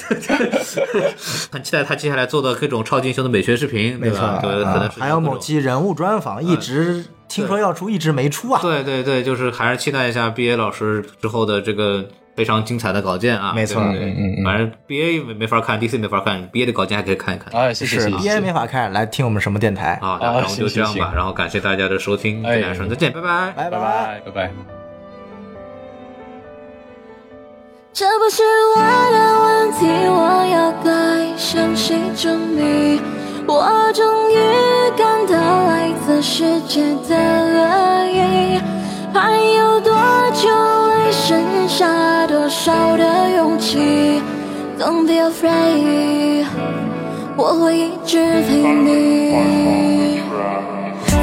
Speaker 4: 很期待他接下来做的各种超级英雄的美学视频，
Speaker 3: 没
Speaker 4: 对
Speaker 3: 错，
Speaker 4: 吧？对，可能
Speaker 3: 啊
Speaker 4: 是
Speaker 3: 还有
Speaker 4: 各
Speaker 3: 某
Speaker 4: 种
Speaker 3: 期人物专访，一直听说要出，一直没出啊。
Speaker 4: 对对对，就是还是期待一下 B A 老师之后的这个非常精彩的稿件啊。
Speaker 3: 没错
Speaker 4: 对对对
Speaker 2: 嗯嗯嗯
Speaker 4: 反正 B A 没没法看，D C 没法看，B A 的稿件还可以看一看。
Speaker 2: 哎，谢谢
Speaker 3: 是
Speaker 2: 谢谢
Speaker 3: B A 没法看，来听我们什么电台？
Speaker 4: 啊，那
Speaker 2: 啊
Speaker 4: 然后就
Speaker 2: 行
Speaker 4: 这样
Speaker 2: 行
Speaker 4: 吧，
Speaker 2: 行
Speaker 4: 然后感谢大家的收听，
Speaker 2: 哎
Speaker 4: 跟大家说再见，拜拜。
Speaker 3: 拜
Speaker 2: 拜
Speaker 3: 拜。
Speaker 2: 拜拜拜。
Speaker 5: 这不是我的问题，我要该向谁证明？我终于感到来自世界的恶意，还有多久还剩下多少的勇气？Don't be afraid，我会一直陪你。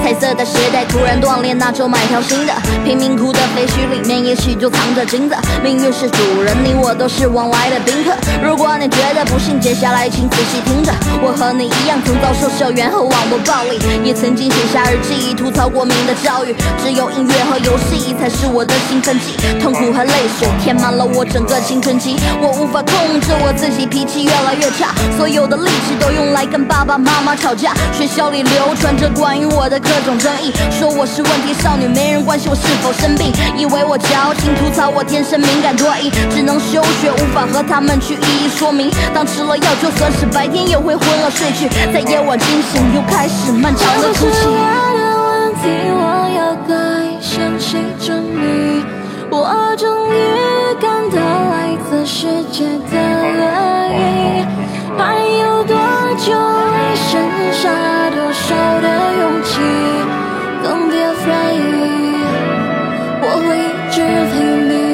Speaker 6: 彩色的鞋带突然断裂，那就买条新的。贫民窟的废墟里面，也许就藏着金子。命运是主人，你我都是往来的宾客。如果你觉得不幸，接下来请仔细听着。我和你一样，曾遭受校园和网络暴力，也曾经写下日记，以吐槽国民的教育。只有音乐和游戏才是我的兴奋剂，痛苦和泪水填满了我整个青春期。我无法控制我自己，脾气越来越差，所有的力气都用来跟爸爸妈妈吵架。学校里流传着关于我的各种争议，说我是问题少女，没人关心我是否生病，以为我矫情，吐槽我天生敏感多疑，只能休学，无法和他们去一一说明。当吃了药，就算是白天也会昏了睡去，在夜晚惊醒，又开始漫长的
Speaker 5: 这
Speaker 6: 哭
Speaker 5: 不是
Speaker 6: 泣。
Speaker 5: 我的问题，我要该向谁证明？我终于感到来自世界的恶意，还有多久还剩下多少的勇气？Don't be afraid，我会一直陪你。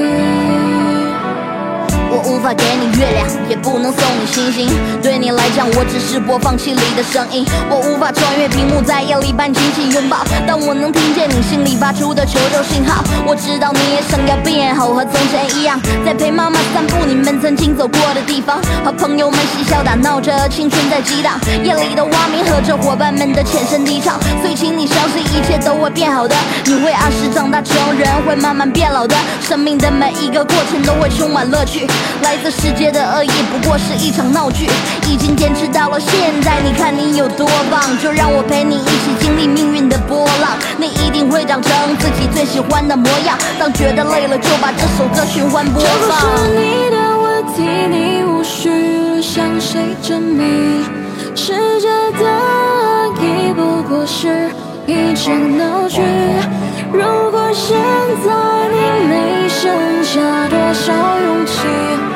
Speaker 6: 我无法给你月亮，也不能送你星星。对你来讲，我只是播放器里的声音。我无法穿越屏幕，在夜里般紧紧拥抱，但我能听见你心里发出的求救信号。我知道你也想要变好，和从前一样，在陪妈妈散步你们曾经走过的地方，和朋友们嬉笑打闹着，青春在激荡。夜里的蛙鸣和着伙伴们的浅声低唱，所以请你相信，一切都会变好的。你会按时长大成人，会慢慢变老的。生命的每一个过程都会充满乐趣。来自世界的恶意不过是一场闹剧，已经坚持到了现在，你看你有多棒！就让我陪你一起经历命运的波浪，你一定会长成自己最喜欢的模样。当觉得累了，就把这首歌循环播
Speaker 5: 这不
Speaker 6: 放。
Speaker 5: 是你的问题，你无需向谁证明。世界的恶意不过是一场闹剧。如果现在你没剩下多少勇气